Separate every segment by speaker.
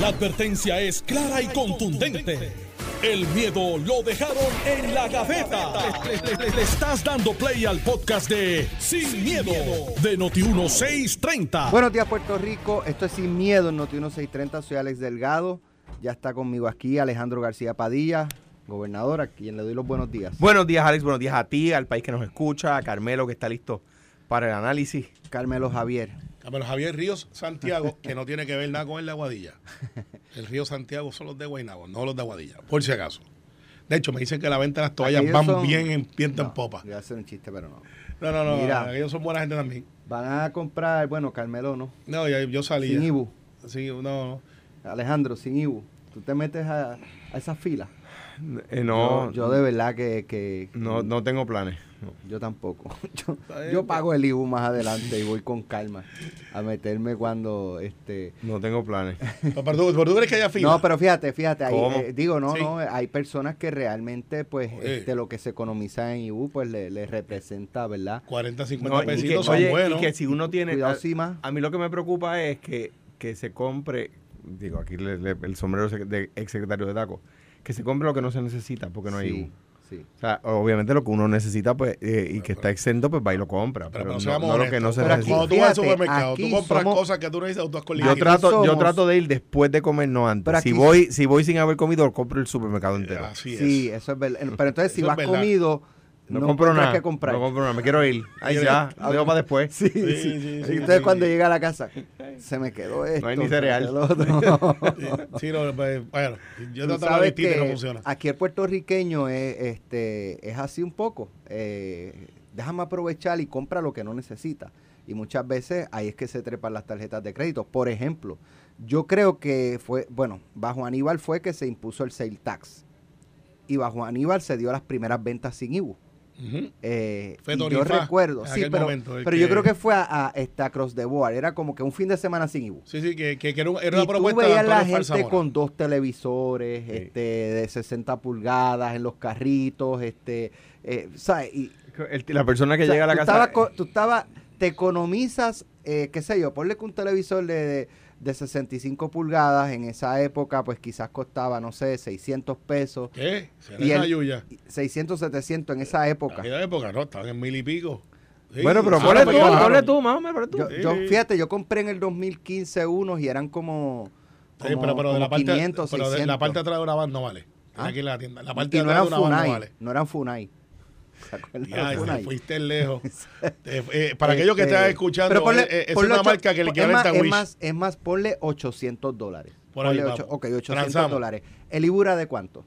Speaker 1: La advertencia es clara y contundente. El miedo lo dejaron en la gaveta. Le, le- le- le estás dando play al podcast de Sin, miedo, de Noti1630.
Speaker 2: Buenos días, Puerto Rico. Esto es Sin Miedo en Noti 1630. Soy Alex Delgado. Ya está conmigo aquí Alejandro García Padilla, gobernador, a quien le doy los buenos días.
Speaker 3: Buenos días, Alex. Buenos días a ti, al país que nos escucha, a Carmelo que está listo para el análisis.
Speaker 2: Carmelo Javier.
Speaker 4: Carmelo Javier Ríos Santiago, que no tiene que ver nada con el de Aguadilla. El río Santiago son los de Guaynabo, no los de Aguadilla, por si acaso. De hecho, me dicen que la venta de las toallas
Speaker 2: Aquellos
Speaker 4: van
Speaker 2: son-
Speaker 4: bien en pienta en
Speaker 2: No,
Speaker 4: popa.
Speaker 2: Voy a hacer un chiste, pero no.
Speaker 4: No, no, no,
Speaker 2: Mira.
Speaker 4: ellos son buena gente también.
Speaker 2: Van a comprar, bueno, Carmelo no.
Speaker 4: No, ya- yo salí.
Speaker 2: Sin
Speaker 4: ya.
Speaker 2: Ibu.
Speaker 4: Sí, no, no.
Speaker 2: Alejandro, sin Ibu. Tú te metes a, a esas filas.
Speaker 3: Eh, no,
Speaker 2: Yo, yo de verdad que, que
Speaker 3: no, no tengo planes. No.
Speaker 2: yo tampoco. Yo, yo pago el Ibu más adelante y voy con calma a meterme cuando este
Speaker 3: No tengo planes.
Speaker 4: Pero, pero tú, pero tú crees que haya fila.
Speaker 2: No, pero fíjate, fíjate, hay,
Speaker 3: ¿Cómo?
Speaker 2: eh, digo, no,
Speaker 4: Sí.
Speaker 2: no, hay personas que realmente, pues,
Speaker 4: Oye.
Speaker 2: este, lo que se economiza en IBU, pues, le, le representa, ¿verdad?
Speaker 4: 40, 50
Speaker 3: No, y, que,
Speaker 4: pesitos son
Speaker 3: oye, y
Speaker 4: buenos.
Speaker 3: que si uno tiene...
Speaker 2: Cuidado,
Speaker 3: a-
Speaker 2: Sima.
Speaker 3: A mí lo que me preocupa es que, que se compre, digo, aquí le- le- el sombrero sec- de exsecretario de Taco, que se compre lo que no se necesita porque no hay
Speaker 2: Sí,
Speaker 3: IBU.
Speaker 2: sí.
Speaker 3: O sea, obviamente lo que uno necesita pues eh, y que está exento, pues va y lo compra. Pero,
Speaker 4: pero, pero
Speaker 3: no,
Speaker 4: seamos
Speaker 3: no lo que no
Speaker 4: honestos.
Speaker 3: se
Speaker 2: Pero aquí-
Speaker 3: necesita.
Speaker 4: Cuando tú vas al
Speaker 2: fíjate,
Speaker 4: supermercado, tú
Speaker 2: aquí
Speaker 4: compras
Speaker 2: somos-
Speaker 4: cosas que tú necesitas, tú vas con
Speaker 3: Yo
Speaker 2: Aquí
Speaker 3: trato, yo
Speaker 2: somos-
Speaker 3: trato de ir después de comer, no antes.
Speaker 2: Pero
Speaker 3: si,
Speaker 2: aquí- Ah,
Speaker 3: voy, si voy sin haber comido, compro el supermercado entero.
Speaker 4: Así
Speaker 2: Sí,
Speaker 4: es.
Speaker 2: eso es verdad. Pero entonces, si
Speaker 4: Eso es
Speaker 2: vas
Speaker 4: verdad.
Speaker 2: comido,
Speaker 3: No,
Speaker 2: no,
Speaker 3: compro
Speaker 2: tendrás
Speaker 3: nada.
Speaker 2: que comprar.
Speaker 3: No compro nada. Me quiero ir. Ahí ya. Lo dejo para después.
Speaker 2: Sí, sí,
Speaker 4: sí, sí,
Speaker 2: Y
Speaker 4: sí,
Speaker 2: entonces,
Speaker 4: sí.
Speaker 2: cuando llega a la casa, se me quedó esto.
Speaker 3: hay ni
Speaker 2: se me
Speaker 3: cereal.
Speaker 2: quedó otro.
Speaker 4: Sí, sí, no, pues, bueno, yo
Speaker 2: Tú
Speaker 4: trato de
Speaker 2: sabes
Speaker 4: vestir y no
Speaker 2: que
Speaker 4: funciona.
Speaker 2: Aquí el puertorriqueño es, este, es así un poco. eh, déjame aprovechar y compra lo que no necesita. Y muchas veces ahí es que se trepan las tarjetas de crédito. Por ejemplo, yo creo que fue, bueno, bajo Aníbal fue que se impuso el sale tax. Y bajo Aníbal se dio las primeras ventas sin IBU.
Speaker 4: Ujú.
Speaker 2: Eh,
Speaker 4: Fue
Speaker 2: y yo
Speaker 4: Donifaz
Speaker 2: recuerdo,
Speaker 4: en
Speaker 2: sí,
Speaker 4: aquel
Speaker 2: pero,
Speaker 4: momento, el
Speaker 2: pero yo
Speaker 4: que-
Speaker 2: creo que fue a, a esta cross the board. Era como que un fin de semana sin IBU
Speaker 4: Sí, sí, que, que, que era un- era una
Speaker 2: y tú
Speaker 4: propuesta de
Speaker 2: veías la
Speaker 4: Antonio
Speaker 2: gente
Speaker 4: Falsamora.
Speaker 2: con dos televisores este, de 60 pulgadas en los carritos, este, eh, ¿sabes? Y,
Speaker 3: El- la persona que
Speaker 2: o sea,
Speaker 3: llega a la
Speaker 2: tú
Speaker 3: casa.
Speaker 2: estabas co- tú estabas- te economizas, eh, qué sé yo, ponle que un televisor de, de, de 65 pulgadas en esa época, pues quizás costaba, no sé, 600 pesos,
Speaker 4: ¿Qué? ¿Será
Speaker 2: Y
Speaker 4: esa
Speaker 2: el-
Speaker 4: yuya?
Speaker 2: 600, 700 en esa época.
Speaker 4: Aquella época, no, estaban en mil y pico. Sí,
Speaker 3: bueno, pero
Speaker 4: ahora
Speaker 3: ponle tú,
Speaker 4: pues ya bajaron.
Speaker 3: ponle tú, más o menos, ponle tú.
Speaker 2: Ah, Yo,
Speaker 4: Sí.
Speaker 2: yo, fíjate, yo compré en el 2015 unos y eran como,
Speaker 4: Sí, pero, pero de
Speaker 2: como
Speaker 4: la parte,
Speaker 2: 500,
Speaker 4: pero de la
Speaker 2: 600.
Speaker 4: parte de atrás de una van no vale.
Speaker 2: Ah.
Speaker 4: Aquí en la tienda. La parte
Speaker 2: Y
Speaker 4: de
Speaker 2: no
Speaker 4: atrás
Speaker 2: eran
Speaker 4: de una van
Speaker 2: Funai,
Speaker 4: no vale.
Speaker 2: no eran Funai. ¿Se acuerdan de
Speaker 4: Ya, ese
Speaker 2: Funai?
Speaker 4: fuiste lejos. Eh, eh, para aquellos que
Speaker 2: Este,
Speaker 4: están escuchando,
Speaker 2: pero ponle-
Speaker 4: eh, eh, es
Speaker 2: ponle
Speaker 4: una
Speaker 2: ocho-
Speaker 4: marca que le
Speaker 2: es más,
Speaker 4: equivalente a
Speaker 2: es
Speaker 4: Wish.
Speaker 2: más, es más, ponle 800 dólares.
Speaker 4: Por ahí
Speaker 2: Ponle
Speaker 4: vamos.
Speaker 2: ocho- ok, 800
Speaker 4: Transamos.
Speaker 2: dólares. ¿El Ibura de cuánto?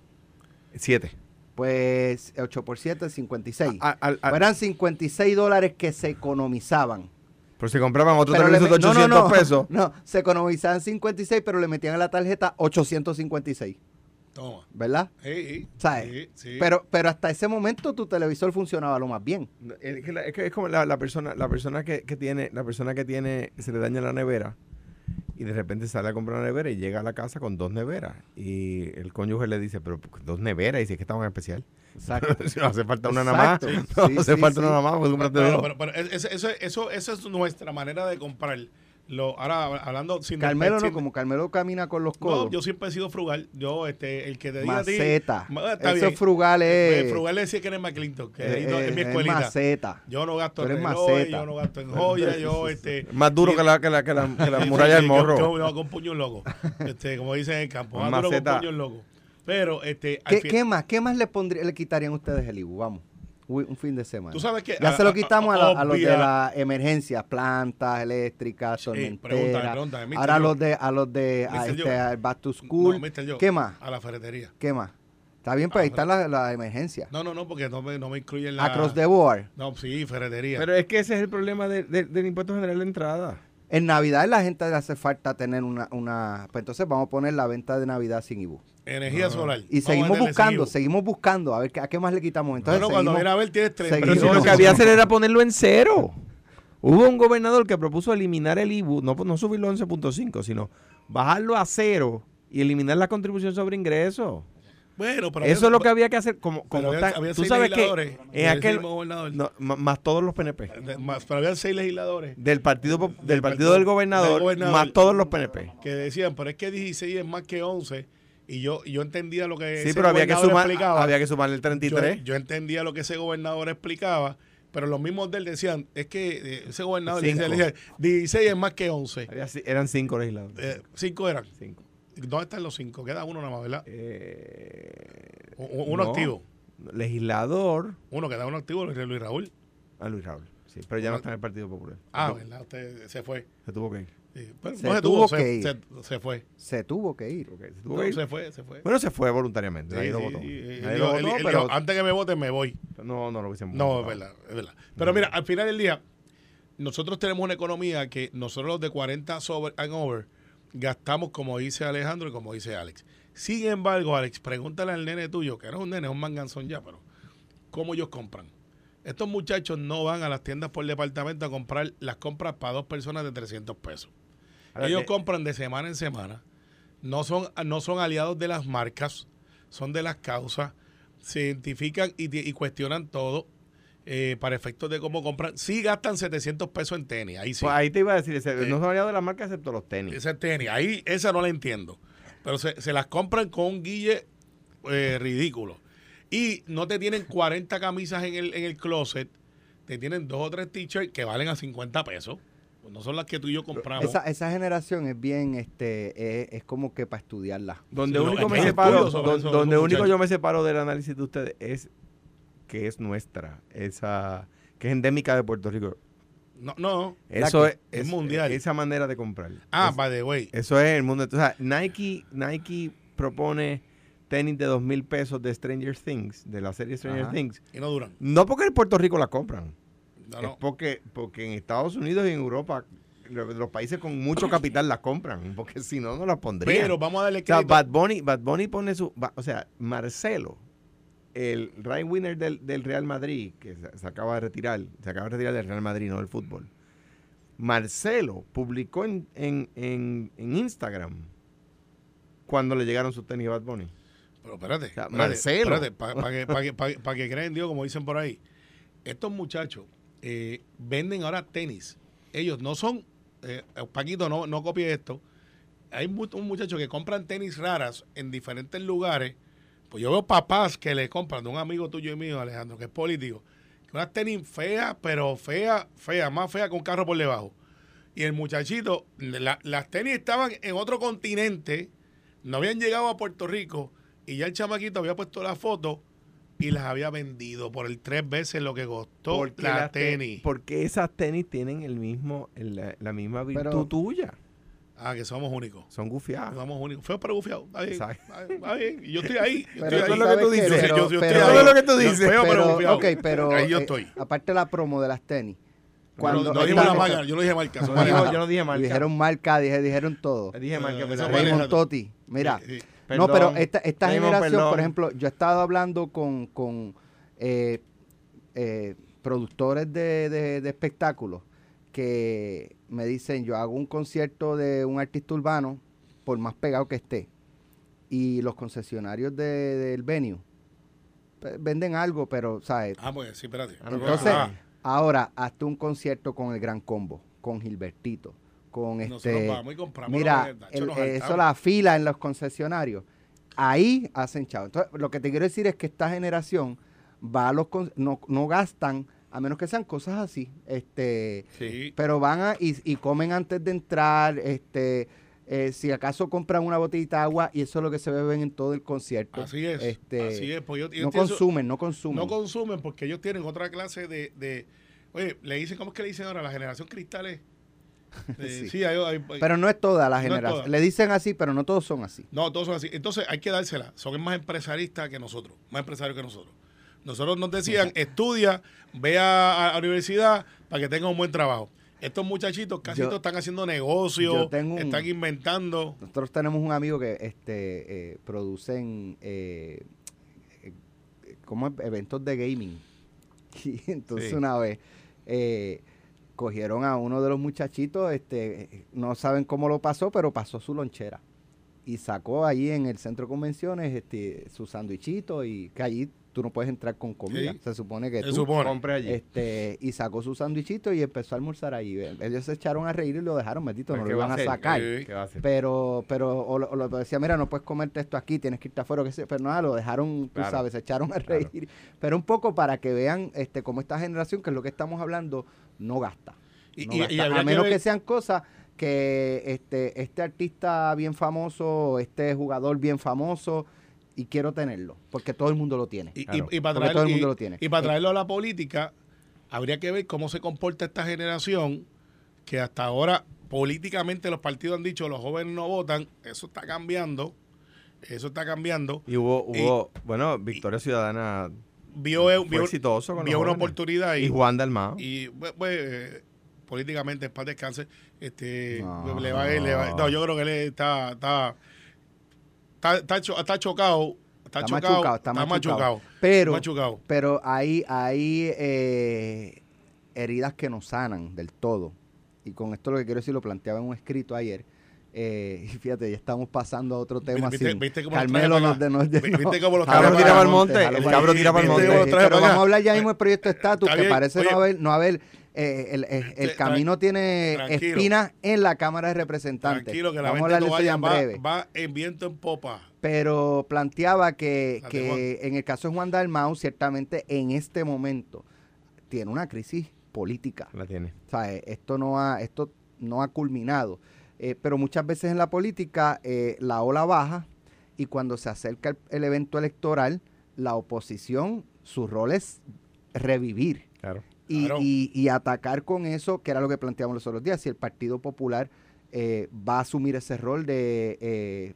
Speaker 3: Siete.
Speaker 2: Pues 8 por 7, 56.
Speaker 3: A- al- al-
Speaker 2: Eran 56 dólares que se economizaban.
Speaker 3: pero se compraban otro
Speaker 2: Pero le
Speaker 3: televisor
Speaker 2: met-
Speaker 3: de
Speaker 2: no,
Speaker 3: 800
Speaker 2: no, no,
Speaker 3: pesos.
Speaker 2: No, se economizaban 56, pero le metían a la tarjeta 856,
Speaker 4: Toma.
Speaker 2: ¿verdad?
Speaker 4: Sí,
Speaker 2: ¿Sabes?
Speaker 4: sí, sí.
Speaker 2: Pero, pero hasta ese momento tu televisor funcionaba lo más bien.
Speaker 3: No, Es que, la- es que es como la, la persona, la persona que, que tiene, la persona que tiene, se le daña la nevera y de repente sale a comprar una nevera y llega a la casa con dos neveras y el cónyuge le dice, pero pues, dos neveras y si es que estaban en especial.
Speaker 2: Exacto.
Speaker 3: Si no hace falta una
Speaker 2: Exacto.
Speaker 3: nada más, no
Speaker 2: Sí,
Speaker 3: hace
Speaker 2: sí,
Speaker 3: falta
Speaker 2: sí.
Speaker 3: una nada más, pues cómprate
Speaker 4: Pero-
Speaker 3: dos.
Speaker 4: pero- pero es- es- eso, eso, eso es nuestra manera de comprar. Lo, ahora, hablando sin
Speaker 2: Carmelo no,
Speaker 4: sin-
Speaker 2: como Carmelo camina con los codos.
Speaker 4: No, yo siempre he sido frugal. Yo, este, el que te diga a ti-
Speaker 2: maceta.
Speaker 4: Ma- está
Speaker 2: Eso
Speaker 4: bien.
Speaker 2: es frugal es.
Speaker 4: Eh, Frugal le decía que era en McClintock, que ahí
Speaker 2: eh,
Speaker 4: no- en mi
Speaker 2: eh, es
Speaker 4: escuelita.
Speaker 2: maceta.
Speaker 4: Yo no gasto
Speaker 2: Tú
Speaker 4: en
Speaker 2: eres
Speaker 4: relojes,
Speaker 2: maceta.
Speaker 4: yo no gasto en joyas, yo este...
Speaker 3: Más duro que la, que la, que la, que la muralla del morro.
Speaker 4: Yo, yo con puño en loco, este, como dicen en el campo, más
Speaker 3: Maceta.
Speaker 4: duro con puño en loco. Pero, este, al
Speaker 2: ¿Qué,
Speaker 4: fin-
Speaker 2: qué más? ¿Qué más le, pondría, le quitarían ustedes el IBU? Vamos. Uy, un fin de semana.
Speaker 4: Tú sabes que-
Speaker 2: Ya
Speaker 4: a-
Speaker 2: se lo
Speaker 4: a-
Speaker 2: quitamos a,
Speaker 4: a-
Speaker 2: la- a los de
Speaker 4: obvia-
Speaker 2: las emergencias, plantas eléctricas,
Speaker 4: Sí, pregúntame,
Speaker 2: tormenteras.
Speaker 4: pregúntame, Mr.
Speaker 2: Ahora a
Speaker 4: Joe.
Speaker 2: los de, a los de a
Speaker 4: Mr.
Speaker 2: este,
Speaker 4: Joe.
Speaker 2: al Back to
Speaker 4: No,
Speaker 2: School.
Speaker 4: mister, yo, Ah.
Speaker 2: ¿Qué más?
Speaker 4: A la ferretería.
Speaker 2: ¿Qué más? Está bien, pues ahí
Speaker 4: pero-
Speaker 2: está la, la emergencia.
Speaker 4: No, no, no, porque no me, no me incluyen la...
Speaker 2: Across the board.
Speaker 4: No, sí, ferretería.
Speaker 3: Pero es que ese es el problema de- de- del impuesto general de entrada.
Speaker 2: En Navidad la gente le hace falta tener una, una... Pues entonces vamos a poner la venta de Navidad sin IBU.
Speaker 3: Ah.
Speaker 4: Energía solar.
Speaker 2: Y
Speaker 4: Vamos a
Speaker 2: seguimos
Speaker 4: meterle
Speaker 2: buscando,
Speaker 4: seguido.
Speaker 2: seguimos buscando a ver qué- a qué más le quitamos. Entonces,
Speaker 4: Bueno, cuando
Speaker 2: seguimos-
Speaker 4: viene a ver tienes tres.
Speaker 2: seguimos.
Speaker 3: Pero si
Speaker 2: no,
Speaker 3: lo que
Speaker 2: no,
Speaker 3: había
Speaker 2: no.
Speaker 3: que hacer era ponerlo en cero. Hubo un gobernador que propuso eliminar el IBU, no, no subirlo a 11.5, sino bajarlo a cero y eliminar la contribución sobre ingresos.
Speaker 4: Bueno, pero
Speaker 3: Eso
Speaker 4: había-
Speaker 3: es lo que había que hacer. Como,
Speaker 4: Pero
Speaker 3: como
Speaker 4: había-
Speaker 3: está-
Speaker 4: había
Speaker 3: tú
Speaker 4: seis
Speaker 3: sabes que
Speaker 4: legisladores,
Speaker 3: en
Speaker 4: había
Speaker 3: aquel,
Speaker 4: seis gobernadores.
Speaker 3: no, ma- más todos los PNP.
Speaker 4: de- más, pero había seis legisladores
Speaker 3: Del partido, pop- del
Speaker 4: Del
Speaker 3: partido del
Speaker 4: partido- del
Speaker 3: gobernador,
Speaker 4: gobernador.
Speaker 3: más todos los PNP.
Speaker 4: que decían, pero es que 16 es más que 11. Y yo, yo entendía lo que
Speaker 3: Sí,
Speaker 4: ese
Speaker 3: pero había que
Speaker 4: gobernador
Speaker 3: sumar,
Speaker 4: explicaba.
Speaker 3: había que sumar el
Speaker 4: yo,
Speaker 3: 33.
Speaker 4: yo entendía lo que ese gobernador explicaba, pero los mismos de él decían, es que eh, ese gobernador le decía,
Speaker 3: Cinco.
Speaker 4: le decía, 16 es más que 11.
Speaker 3: Había ci- eran cinco legisladores.
Speaker 4: Eh, cinco eran.
Speaker 3: Cinco.
Speaker 4: ¿Dónde están los cinco? Queda uno nada más, ¿verdad?
Speaker 3: Eh,
Speaker 4: U- u- uno
Speaker 3: no.
Speaker 4: activo.
Speaker 3: Legislador
Speaker 4: Uno queda uno activo, Luis Raúl.
Speaker 3: a Luis Raúl. Sí, pero ya no está en el Partido Popular.
Speaker 4: Ah,
Speaker 3: No,
Speaker 4: ¿verdad? Usted se fue.
Speaker 3: Se tuvo que ir.
Speaker 4: Sí, pero
Speaker 2: Se
Speaker 4: no
Speaker 2: tuvo
Speaker 4: se,
Speaker 2: que ir.
Speaker 4: se- se fue.
Speaker 2: Se tuvo que ir.
Speaker 3: Ok, se tuvo
Speaker 4: No,
Speaker 3: que ir.
Speaker 4: se fue, se fue.
Speaker 3: Bueno, se fue voluntariamente.
Speaker 4: Sí,
Speaker 3: Nadie lo
Speaker 4: sí,
Speaker 3: votó.
Speaker 4: sí, él
Speaker 3: Nadie
Speaker 4: dijo-
Speaker 3: lo
Speaker 4: él-
Speaker 3: votó,
Speaker 4: él
Speaker 3: pero-
Speaker 4: dijo, antes que me voten, me voy.
Speaker 3: No, no lo hubiésemos
Speaker 4: No, es
Speaker 3: votado.
Speaker 4: verdad, es verdad. Pero mira, al final del día, nosotros tenemos una economía que nosotros los de 40 sobre and over gastamos como dice Alejandro y como dice Alex. Sin embargo, Alex, pregúntale al nene tuyo, que no es un nene, es un manganzón ya, pero ¿cómo ellos compran? Estos muchachos no van a las tiendas por departamento a comprar las compras para dos personas de 300 pesos.
Speaker 3: Ahora,
Speaker 4: Ellos
Speaker 3: eh,
Speaker 4: compran de semana en semana. No son, no son aliados de las marcas, son de las causas. Se identifican y, y cuestionan todo eh, para efectos de cómo compran. Sí gastan 700 pesos en tenis. Ahí sí.
Speaker 3: Pues ahí te iba a decir, ese-
Speaker 4: Eh,
Speaker 3: no se han variado de la marca excepto los tenis.
Speaker 4: Esa es tenis. Ahí esa no la entiendo. Pero se, se las compran con un guille eh, ridículo. Y no te tienen 40 camisas en el, en el closet. Te tienen dos o tres t-shirts que valen a 50 pesos. No son las que tú y yo compramos.
Speaker 2: Esa, esa generación es bien, este, es, es como que para estudiarla.
Speaker 3: Donde
Speaker 4: Sí, lo-
Speaker 3: único
Speaker 4: hay
Speaker 3: me
Speaker 4: estudios
Speaker 3: separo,
Speaker 4: sobre
Speaker 3: don-
Speaker 4: eso,
Speaker 3: donde
Speaker 4: muchachos.
Speaker 3: único yo me separo del análisis de ustedes es que es nuestra, esa que es endémica de Puerto Rico.
Speaker 4: No, no.
Speaker 2: La
Speaker 3: Eso
Speaker 2: que
Speaker 3: es,
Speaker 4: es
Speaker 3: es-
Speaker 4: mundial.
Speaker 3: Esa manera de comprar.
Speaker 4: Ah,
Speaker 3: Es-
Speaker 4: by the way.
Speaker 3: eso es el mundo. Entonces, o sea, Nike, Nike propone tenis de dos mil pesos de Stranger Things, de la serie Stranger
Speaker 2: Ajá.
Speaker 3: Things.
Speaker 4: Y no duran.
Speaker 3: No porque en Puerto Rico la compran,
Speaker 4: No, no.
Speaker 3: es porque, porque en Estados Unidos y en Europa lo- los países con mucho capital la compran, porque si no, no la pondrían.
Speaker 4: Pero vamos a darle
Speaker 3: O sea,
Speaker 4: crédito.
Speaker 3: Bad Bunny, Bad Bunny pone su. va- O sea, Marcelo, el right winner del, del Real Madrid, que se, se acaba de retirar, se acaba de retirar del Real Madrid, no del fútbol. Marcelo publicó en, en, en- en Instagram cuando le llegaron sus tenis a Bad Bunny.
Speaker 4: Pero espérate.
Speaker 3: sea,
Speaker 4: espérate,
Speaker 3: Marcelo.
Speaker 4: para que, pa' que- pa' que- pa' que crean en Dios, como dicen por ahí. Estos muchachos eh, venden ahora tenis. Ellos no son. eh, Paquito, no, no copie esto. Hay mu- un muchacho que compran tenis raras en diferentes lugares. Pues yo veo papás que le compran de un amigo tuyo y mío, Alejandro, que es político. Que unas tenis feas, pero feas, feas, más feas con carro por debajo. Y el muchachito, la- las tenis estaban en otro continente, no habían llegado a Puerto Rico y ya el chamaquito había puesto la foto y las había vendido por el tres veces lo que costó la
Speaker 3: las te-
Speaker 4: tenis.
Speaker 3: Porque esas tenis tienen el mismo, el- la, la misma virtud
Speaker 2: Pero-
Speaker 3: tuya.
Speaker 4: Ah, que somos únicos.
Speaker 3: Son gufiadas.
Speaker 4: Somos únicos. Feo pero gufiado. Está bien,
Speaker 3: Exacto.
Speaker 4: está bien, está bien. Yo estoy ahí. Yo
Speaker 2: Pero
Speaker 4: estoy
Speaker 3: eso
Speaker 4: ahí.
Speaker 3: es lo que tú
Speaker 4: Yo-
Speaker 3: dices.
Speaker 4: yo- yo
Speaker 2: Pero-
Speaker 4: estoy
Speaker 2: pero-
Speaker 4: ahí.
Speaker 2: Eso es lo
Speaker 3: que tú
Speaker 4: Yo-
Speaker 3: dices.
Speaker 4: Feo pero
Speaker 2: Pero,
Speaker 4: gufiado.
Speaker 2: ok, pero
Speaker 4: Ahí yo
Speaker 2: eh,
Speaker 4: estoy.
Speaker 2: aparte la promo de las tenis.
Speaker 4: Cuando,
Speaker 2: Cuando
Speaker 4: no dijimos la
Speaker 2: esta-
Speaker 4: marca, yo no dije marca. eso
Speaker 3: Yo no
Speaker 4: maneja.
Speaker 3: digo- yo no dije marca.
Speaker 2: Dijeron marca, dije- dijeron todo.
Speaker 3: Dije mal que
Speaker 4: Eso
Speaker 3: pensaba.
Speaker 4: fue
Speaker 3: Raymond,
Speaker 2: Raymond Totti. Mira,
Speaker 4: Sí, sí.
Speaker 2: no, pero
Speaker 3: perdón.
Speaker 2: esta, esta
Speaker 3: Raymond,
Speaker 2: generación, por
Speaker 3: perdón.
Speaker 2: ejemplo, yo he estado hablando con, con eh, eh, productores de, de- de espectáculos que me dicen, yo hago un concierto de un artista urbano, por más pegado que esté. Y los concesionarios de- del venue pues, venden algo, pero, ¿sabes?
Speaker 4: Ah, pues sí, espérate.
Speaker 3: Ah, no,
Speaker 2: Entonces,
Speaker 4: Ah,
Speaker 2: ahora hazte un concierto con el Gran Combo, con Gilbertito, con
Speaker 4: nosotros
Speaker 2: este...
Speaker 4: vamos y compramos.
Speaker 2: Mira,
Speaker 4: lo que-
Speaker 2: el- eh,
Speaker 4: nos
Speaker 2: eso
Speaker 4: hartamos.
Speaker 2: la fila en los concesionarios. Ahí hacen chavo. Entonces, lo que te quiero decir es que esta generación va a los con- no, no gastan, a menos que sean cosas así. Este,
Speaker 4: Sí.
Speaker 2: pero van a, y, y comen antes de entrar, este, eh, si acaso compran una botellita de agua y eso es lo que se beben en todo el concierto.
Speaker 4: Así es.
Speaker 2: Este,
Speaker 4: así es. pues yo- yo
Speaker 2: no
Speaker 4: pienso-
Speaker 2: consumen, no consumen.
Speaker 4: No consumen porque ellos tienen otra clase de. de- oye, le dicen, ¿cómo es que le dicen ahora? La generación cristales. Eh,
Speaker 2: Sí.
Speaker 4: sí, hay- hay-
Speaker 2: pero no es toda la
Speaker 4: No es
Speaker 2: generación.
Speaker 4: toda.
Speaker 2: Le dicen así, pero no todos son así.
Speaker 4: No, todos son así. Entonces hay que dársela. Son más empresaristas que nosotros, más empresarios que nosotros. Nosotros nos decían, estudia, ve a, a la universidad para que tengas un buen trabajo. Estos muchachitos casi
Speaker 2: Yo-
Speaker 4: todos están haciendo negocios,
Speaker 2: yo tengo un-
Speaker 4: están inventando.
Speaker 2: Nosotros tenemos un amigo que este, eh, producen eh, eh, como eventos de gaming. Y entonces
Speaker 3: Sí.
Speaker 2: una vez eh, cogieron a uno de los muchachitos, este, eh, no saben cómo lo pasó, pero pasó su lonchera. y sacó allí en el centro de convenciones este, su sandwichito y que allí tú no puedes entrar con comida.
Speaker 4: Sí.
Speaker 2: Se supone que
Speaker 4: Se
Speaker 2: tú
Speaker 4: supone.
Speaker 3: Compré allí.
Speaker 2: este, y sacó su sandwichito y empezó a almorzar allí. Ellos se echaron a reír y lo dejaron, maldito, no
Speaker 3: Pues, ¿Qué
Speaker 2: lo
Speaker 3: va
Speaker 2: iban a
Speaker 3: hacer?
Speaker 2: sacar.
Speaker 4: Eh,
Speaker 3: ¿Qué va a hacer?
Speaker 2: Pero, pero, o lo, o lo decía, mira, no puedes comerte esto aquí, tienes que irte afuera, que sé, pero nada, lo dejaron, tú
Speaker 3: Claro.
Speaker 2: sabes, se echaron a
Speaker 3: Claro.
Speaker 2: reír. Pero un poco para que vean este cómo esta generación, que es lo que estamos hablando, no gasta.
Speaker 4: Y-
Speaker 2: No
Speaker 4: y- y
Speaker 2: gasta,
Speaker 4: habría
Speaker 2: a
Speaker 4: que
Speaker 2: menos que,
Speaker 4: ver-
Speaker 2: sean cosas que este, este artista bien famoso, este jugador bien famoso, y quiero tenerlo, porque todo el mundo lo tiene.
Speaker 4: Y, y-
Speaker 3: Claro.
Speaker 4: y para
Speaker 2: Porque
Speaker 4: traer-
Speaker 2: todo el mundo
Speaker 4: y-
Speaker 2: lo tiene.
Speaker 4: y para traerlo a la política, habría que ver cómo se comporta esta generación que hasta ahora políticamente los partidos han dicho los jóvenes no votan, eso está cambiando, eso está cambiando.
Speaker 3: Y hubo, hubo bueno, Victoria Ciudadana
Speaker 4: Vio,
Speaker 3: fue
Speaker 4: vio-
Speaker 3: exitoso con los
Speaker 4: vio una
Speaker 3: jóvenes.
Speaker 4: oportunidad y,
Speaker 3: y Juan Dalmao.
Speaker 4: y, pues, pues, eh, políticamente para descanse, este
Speaker 2: No.
Speaker 4: le va, le va-
Speaker 2: Ah.
Speaker 4: no, yo creo que él está está está, está cho- está chocado, está,
Speaker 2: Está
Speaker 4: chocado,
Speaker 2: machucado, está
Speaker 4: está
Speaker 2: machucado.
Speaker 4: machucado,
Speaker 2: Pero,
Speaker 4: machucado.
Speaker 2: pero hay, hay eh, heridas que no sanan del todo. Y con esto lo que quiero decir, lo planteaba en un escrito ayer. eh, y fíjate, ya estamos pasando a otro tema.
Speaker 4: viste-
Speaker 2: sin-
Speaker 4: viste cómo los
Speaker 2: Carmelo
Speaker 4: trae para
Speaker 2: nos
Speaker 4: acá.
Speaker 2: de- nos de-
Speaker 4: Vi-
Speaker 2: no.
Speaker 4: viste cómo los
Speaker 2: Jalo
Speaker 4: trae
Speaker 2: para
Speaker 4: para
Speaker 3: acá.
Speaker 2: jalo
Speaker 3: El
Speaker 2: para
Speaker 3: cabro tira pa'l
Speaker 2: Viste
Speaker 3: monte.
Speaker 2: cómo los trae para
Speaker 4: Pero vamos
Speaker 2: acá.
Speaker 4: a
Speaker 2: hablar ya mismo del proyecto de estatus,
Speaker 4: Está
Speaker 2: que
Speaker 4: bien,
Speaker 2: parece
Speaker 4: oye. Este,
Speaker 2: no haber, no haber eh, el, el- el
Speaker 4: Tra-
Speaker 2: camino tiene
Speaker 4: tranquilo.
Speaker 2: espinas en la Cámara de Representantes.
Speaker 4: Tranquilo, que la
Speaker 2: Vamos a
Speaker 4: gente
Speaker 2: hablar
Speaker 4: no
Speaker 2: de eso ya
Speaker 4: vaya,
Speaker 2: en
Speaker 4: va,
Speaker 2: breve
Speaker 4: va en viento en popa.
Speaker 2: pero planteaba que,
Speaker 4: Date,
Speaker 2: que en el caso de Juan Dalmau, ciertamente en este momento tiene una crisis política.
Speaker 3: La tiene.
Speaker 2: O sea, eh, esto no ha, esto no ha culminado. Eh, pero muchas veces en la política eh, la ola baja y cuando se acerca el, el evento electoral, la oposición, su rol es revivir
Speaker 3: Claro.
Speaker 2: y,
Speaker 4: Claro.
Speaker 2: y- y atacar con eso, que era lo que planteamos los otros días, si el Partido Popular eh, va a asumir ese rol de eh,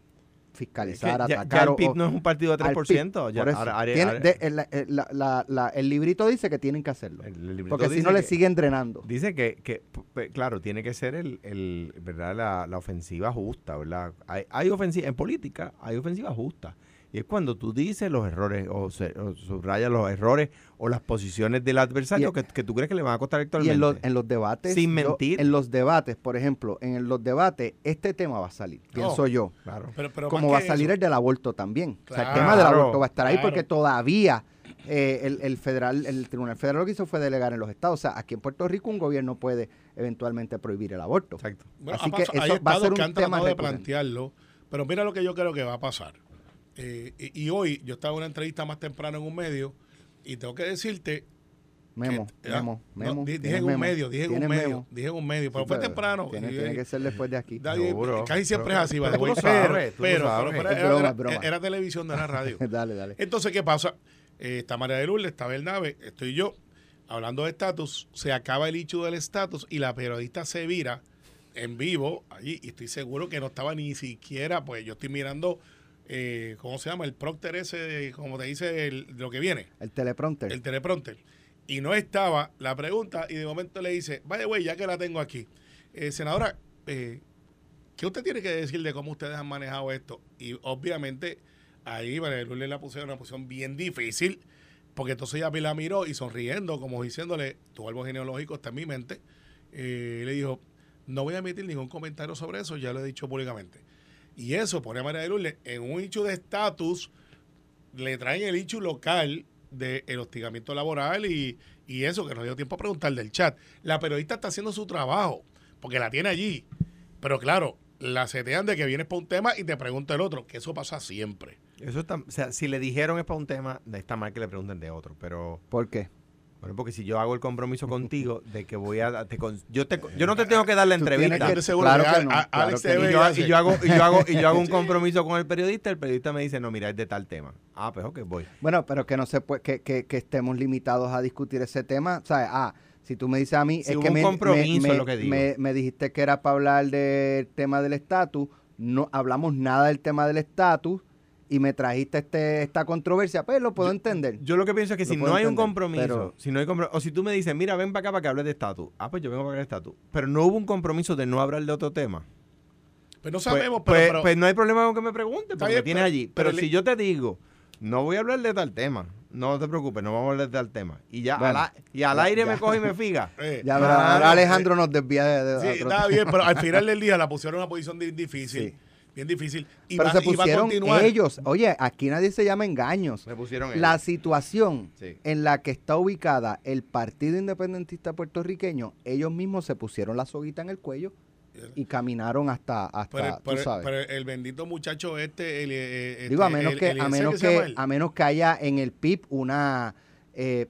Speaker 2: fiscalizar,
Speaker 3: Es que ya- ya
Speaker 2: atacar.
Speaker 3: el
Speaker 2: o-
Speaker 3: PIB
Speaker 2: o-
Speaker 3: no es un partido de
Speaker 2: al
Speaker 3: 3%.
Speaker 2: PIB,
Speaker 3: ya,
Speaker 2: por eso.
Speaker 3: ahora- ahora-
Speaker 2: Tiene-
Speaker 3: ahora-
Speaker 2: de- el, el- la- la- la- el librito dice que tienen que hacerlo,
Speaker 3: el- el librito
Speaker 2: porque si
Speaker 3: dice
Speaker 2: no le
Speaker 3: que-
Speaker 2: siguen drenando.
Speaker 3: Dice que, que, p- claro, tiene que ser el, el- ¿verdad? La, la ofensiva justa, ¿verdad? Hay, hay ofensiva, en política hay ofensiva justa. Y es cuando tú dices los errores o, se- o subrayas los errores o las posiciones del adversario
Speaker 2: Y- e
Speaker 3: que, que tú crees que le van a
Speaker 2: Y
Speaker 3: costar electoralmente.
Speaker 2: en los, en los debates,
Speaker 3: Sin
Speaker 2: yo-
Speaker 3: mentir.
Speaker 2: en los debates, por ejemplo, en los debates, este tema va a salir,
Speaker 3: Oh.
Speaker 2: pienso yo.
Speaker 3: Claro.
Speaker 4: Pero, pero
Speaker 2: como
Speaker 4: más
Speaker 2: va a
Speaker 4: que
Speaker 2: salir
Speaker 4: eso,
Speaker 2: el del aborto también. o sea, el
Speaker 4: Claro,
Speaker 2: tema del aborto va a estar ahí
Speaker 4: claro.
Speaker 2: porque todavía eh, el, el federal, el Tribunal Federal lo que hizo fue delegar en los estados. O sea, aquí en Puerto Rico un gobierno puede eventualmente prohibir el aborto.
Speaker 3: Exacto.
Speaker 4: bueno,
Speaker 2: así
Speaker 4: ha
Speaker 2: que
Speaker 4: pasado-
Speaker 2: eso
Speaker 4: hay
Speaker 2: va a
Speaker 4: estados
Speaker 2: ser
Speaker 4: que
Speaker 2: un
Speaker 4: han
Speaker 2: tema
Speaker 4: tratado de
Speaker 2: recurrente.
Speaker 4: plantearlo, pero mira lo que yo creo que va a pasar. Eh, y, y hoy yo estaba en una entrevista más temprano en un medio y tengo que decirte
Speaker 2: Memo,
Speaker 4: que- ah,
Speaker 2: memo,
Speaker 4: no,
Speaker 2: memo.
Speaker 4: di- dije
Speaker 2: tienes
Speaker 4: en un
Speaker 2: memo,
Speaker 4: medio, dije en un
Speaker 2: tienes
Speaker 4: medio,
Speaker 2: memo.
Speaker 4: dije en un medio, pero
Speaker 2: Sí,
Speaker 4: fue temprano.
Speaker 2: Tiene,
Speaker 4: y-
Speaker 2: tiene que ser después de aquí.
Speaker 4: Nadie-
Speaker 3: Seguro,
Speaker 4: casi siempre es
Speaker 3: pero-
Speaker 4: así, by the
Speaker 3: pero
Speaker 4: way,
Speaker 3: tú lo
Speaker 4: pero-
Speaker 3: sabes, tú lo
Speaker 4: pero-
Speaker 3: sabes.
Speaker 2: Es
Speaker 4: pero era-
Speaker 2: broma,
Speaker 4: era-
Speaker 2: es broma.
Speaker 4: era televisión, no era radio.
Speaker 2: dale, dale.
Speaker 4: Entonces, ¿qué pasa? Eh, está María de Lourdes, está Bernabe, estoy yo. Hablando de estatus, se acaba el hecho del estatus y la periodista se vira en vivo allí. Y estoy seguro que no estaba ni siquiera, pues yo estoy mirando, eh, ¿cómo se llama? El procter ese, de- como te dice, el- de lo que viene,
Speaker 2: El teleprompter.
Speaker 4: el teleprompter. Y no estaba la pregunta y de momento le dice, vaya güey, ya que la tengo aquí. eh, senadora, eh, ¿qué usted tiene que decir de cómo ustedes han manejado esto? Y obviamente ahí María Lourdes la pusieron en una posición bien difícil, porque entonces ella la miró y sonriendo, como diciéndole, tu árbol genealógico está en mi mente, eh, le dijo, no voy a emitir ningún comentario sobre eso, ya lo he dicho públicamente. Y eso pone a María de Lourdes en un hecho de estatus, le traen el hecho local del hostigamiento laboral y, y eso, que no dio tiempo a preguntar del chat. La periodista está haciendo su trabajo, porque la tiene allí. Pero claro, la setean de que vienes para un tema y te pregunta el otro, que eso pasa siempre.
Speaker 3: Eso está, o sea, si le dijeron es para un tema, está mal que le pregunten de otro, pero...
Speaker 2: ¿Por qué?
Speaker 3: Bueno, porque si yo hago el compromiso contigo de que voy a... te con- yo, te, yo no te tengo que dar la
Speaker 2: Eh, Tú tienes
Speaker 3: entrevista.
Speaker 2: que-
Speaker 4: Yo te aseguro
Speaker 2: claro
Speaker 4: que
Speaker 2: que
Speaker 4: Al-
Speaker 2: no,
Speaker 4: a-
Speaker 2: claro
Speaker 4: Alex
Speaker 2: que
Speaker 4: te
Speaker 2: no.
Speaker 4: ve
Speaker 3: y yo,
Speaker 4: hace-
Speaker 3: y yo hago, y yo hago, y yo hago un compromiso con el periodista, el periodista me dice, no, mira, es de tal tema. Ah, pues ok, voy.
Speaker 2: Bueno, pero que no se puede, que, que, que estemos limitados a discutir ese tema. O sea, ah, si tú me dices a mí,
Speaker 3: Si
Speaker 2: es
Speaker 3: hubo
Speaker 2: que
Speaker 3: un
Speaker 2: me,
Speaker 3: compromiso,
Speaker 2: me,
Speaker 3: es lo que digo.
Speaker 2: me- me dijiste que era para hablar del tema del estatus, no hablamos nada del tema del estatus y me trajiste este, esta controversia, pues lo puedo entender.
Speaker 3: Yo lo que pienso es que
Speaker 2: Lo
Speaker 3: si no
Speaker 2: puedo
Speaker 3: hay un
Speaker 2: entender,
Speaker 3: compromiso,
Speaker 2: pero-
Speaker 3: si no hay compro- o si tú me dices, mira, ven para acá para que hables de estatus. Ah, pues yo vengo para hablar de estatus. Pero no hubo un compromiso de no hablar de otro tema.
Speaker 4: Pues no
Speaker 3: Pues,
Speaker 4: sabemos,
Speaker 3: pues-
Speaker 4: pero, pero-
Speaker 3: pues no hay problema con que me preguntes,
Speaker 4: Está
Speaker 3: porque
Speaker 4: bien,
Speaker 3: me tienes
Speaker 4: pero-
Speaker 3: allí. Pero,
Speaker 4: pero le-
Speaker 3: si yo te digo, no voy a hablar de tal tema, no te preocupes, no vamos a hablar de tal tema. Y ya,
Speaker 2: Bueno,
Speaker 3: al, a- y al
Speaker 2: ya-
Speaker 3: aire
Speaker 2: ya.
Speaker 3: me coge y me figa.
Speaker 4: eh,
Speaker 2: Ya, ahora-
Speaker 3: Claro,
Speaker 2: ahora Alejandro nos desvía de, de
Speaker 4: sí,
Speaker 2: otro
Speaker 4: está bien, pero al final del día la pusieron en una posición di- difícil.
Speaker 2: Sí.
Speaker 4: bien difícil. Y
Speaker 2: pero
Speaker 4: va-
Speaker 2: se
Speaker 4: y va a
Speaker 2: pusieron
Speaker 4: continuar.
Speaker 2: ellos. Oye, aquí nadie se llama engaños.
Speaker 3: Me pusieron
Speaker 2: La
Speaker 3: ellos.
Speaker 2: situación
Speaker 3: Sí.
Speaker 2: en la que está ubicada el Partido Independentista Puertorriqueño, ellos mismos se pusieron la soguita en el cuello y caminaron hasta, hasta
Speaker 4: Pero,
Speaker 2: tú
Speaker 4: pero-
Speaker 2: sabes.
Speaker 4: pero el bendito muchacho este, el, eh, este,
Speaker 2: Digo, a menos
Speaker 4: el-
Speaker 2: que,
Speaker 4: el-
Speaker 2: a
Speaker 4: ¿ese
Speaker 2: menos
Speaker 4: se llama
Speaker 2: que,
Speaker 4: él?
Speaker 2: a menos que haya en el PIB una eh,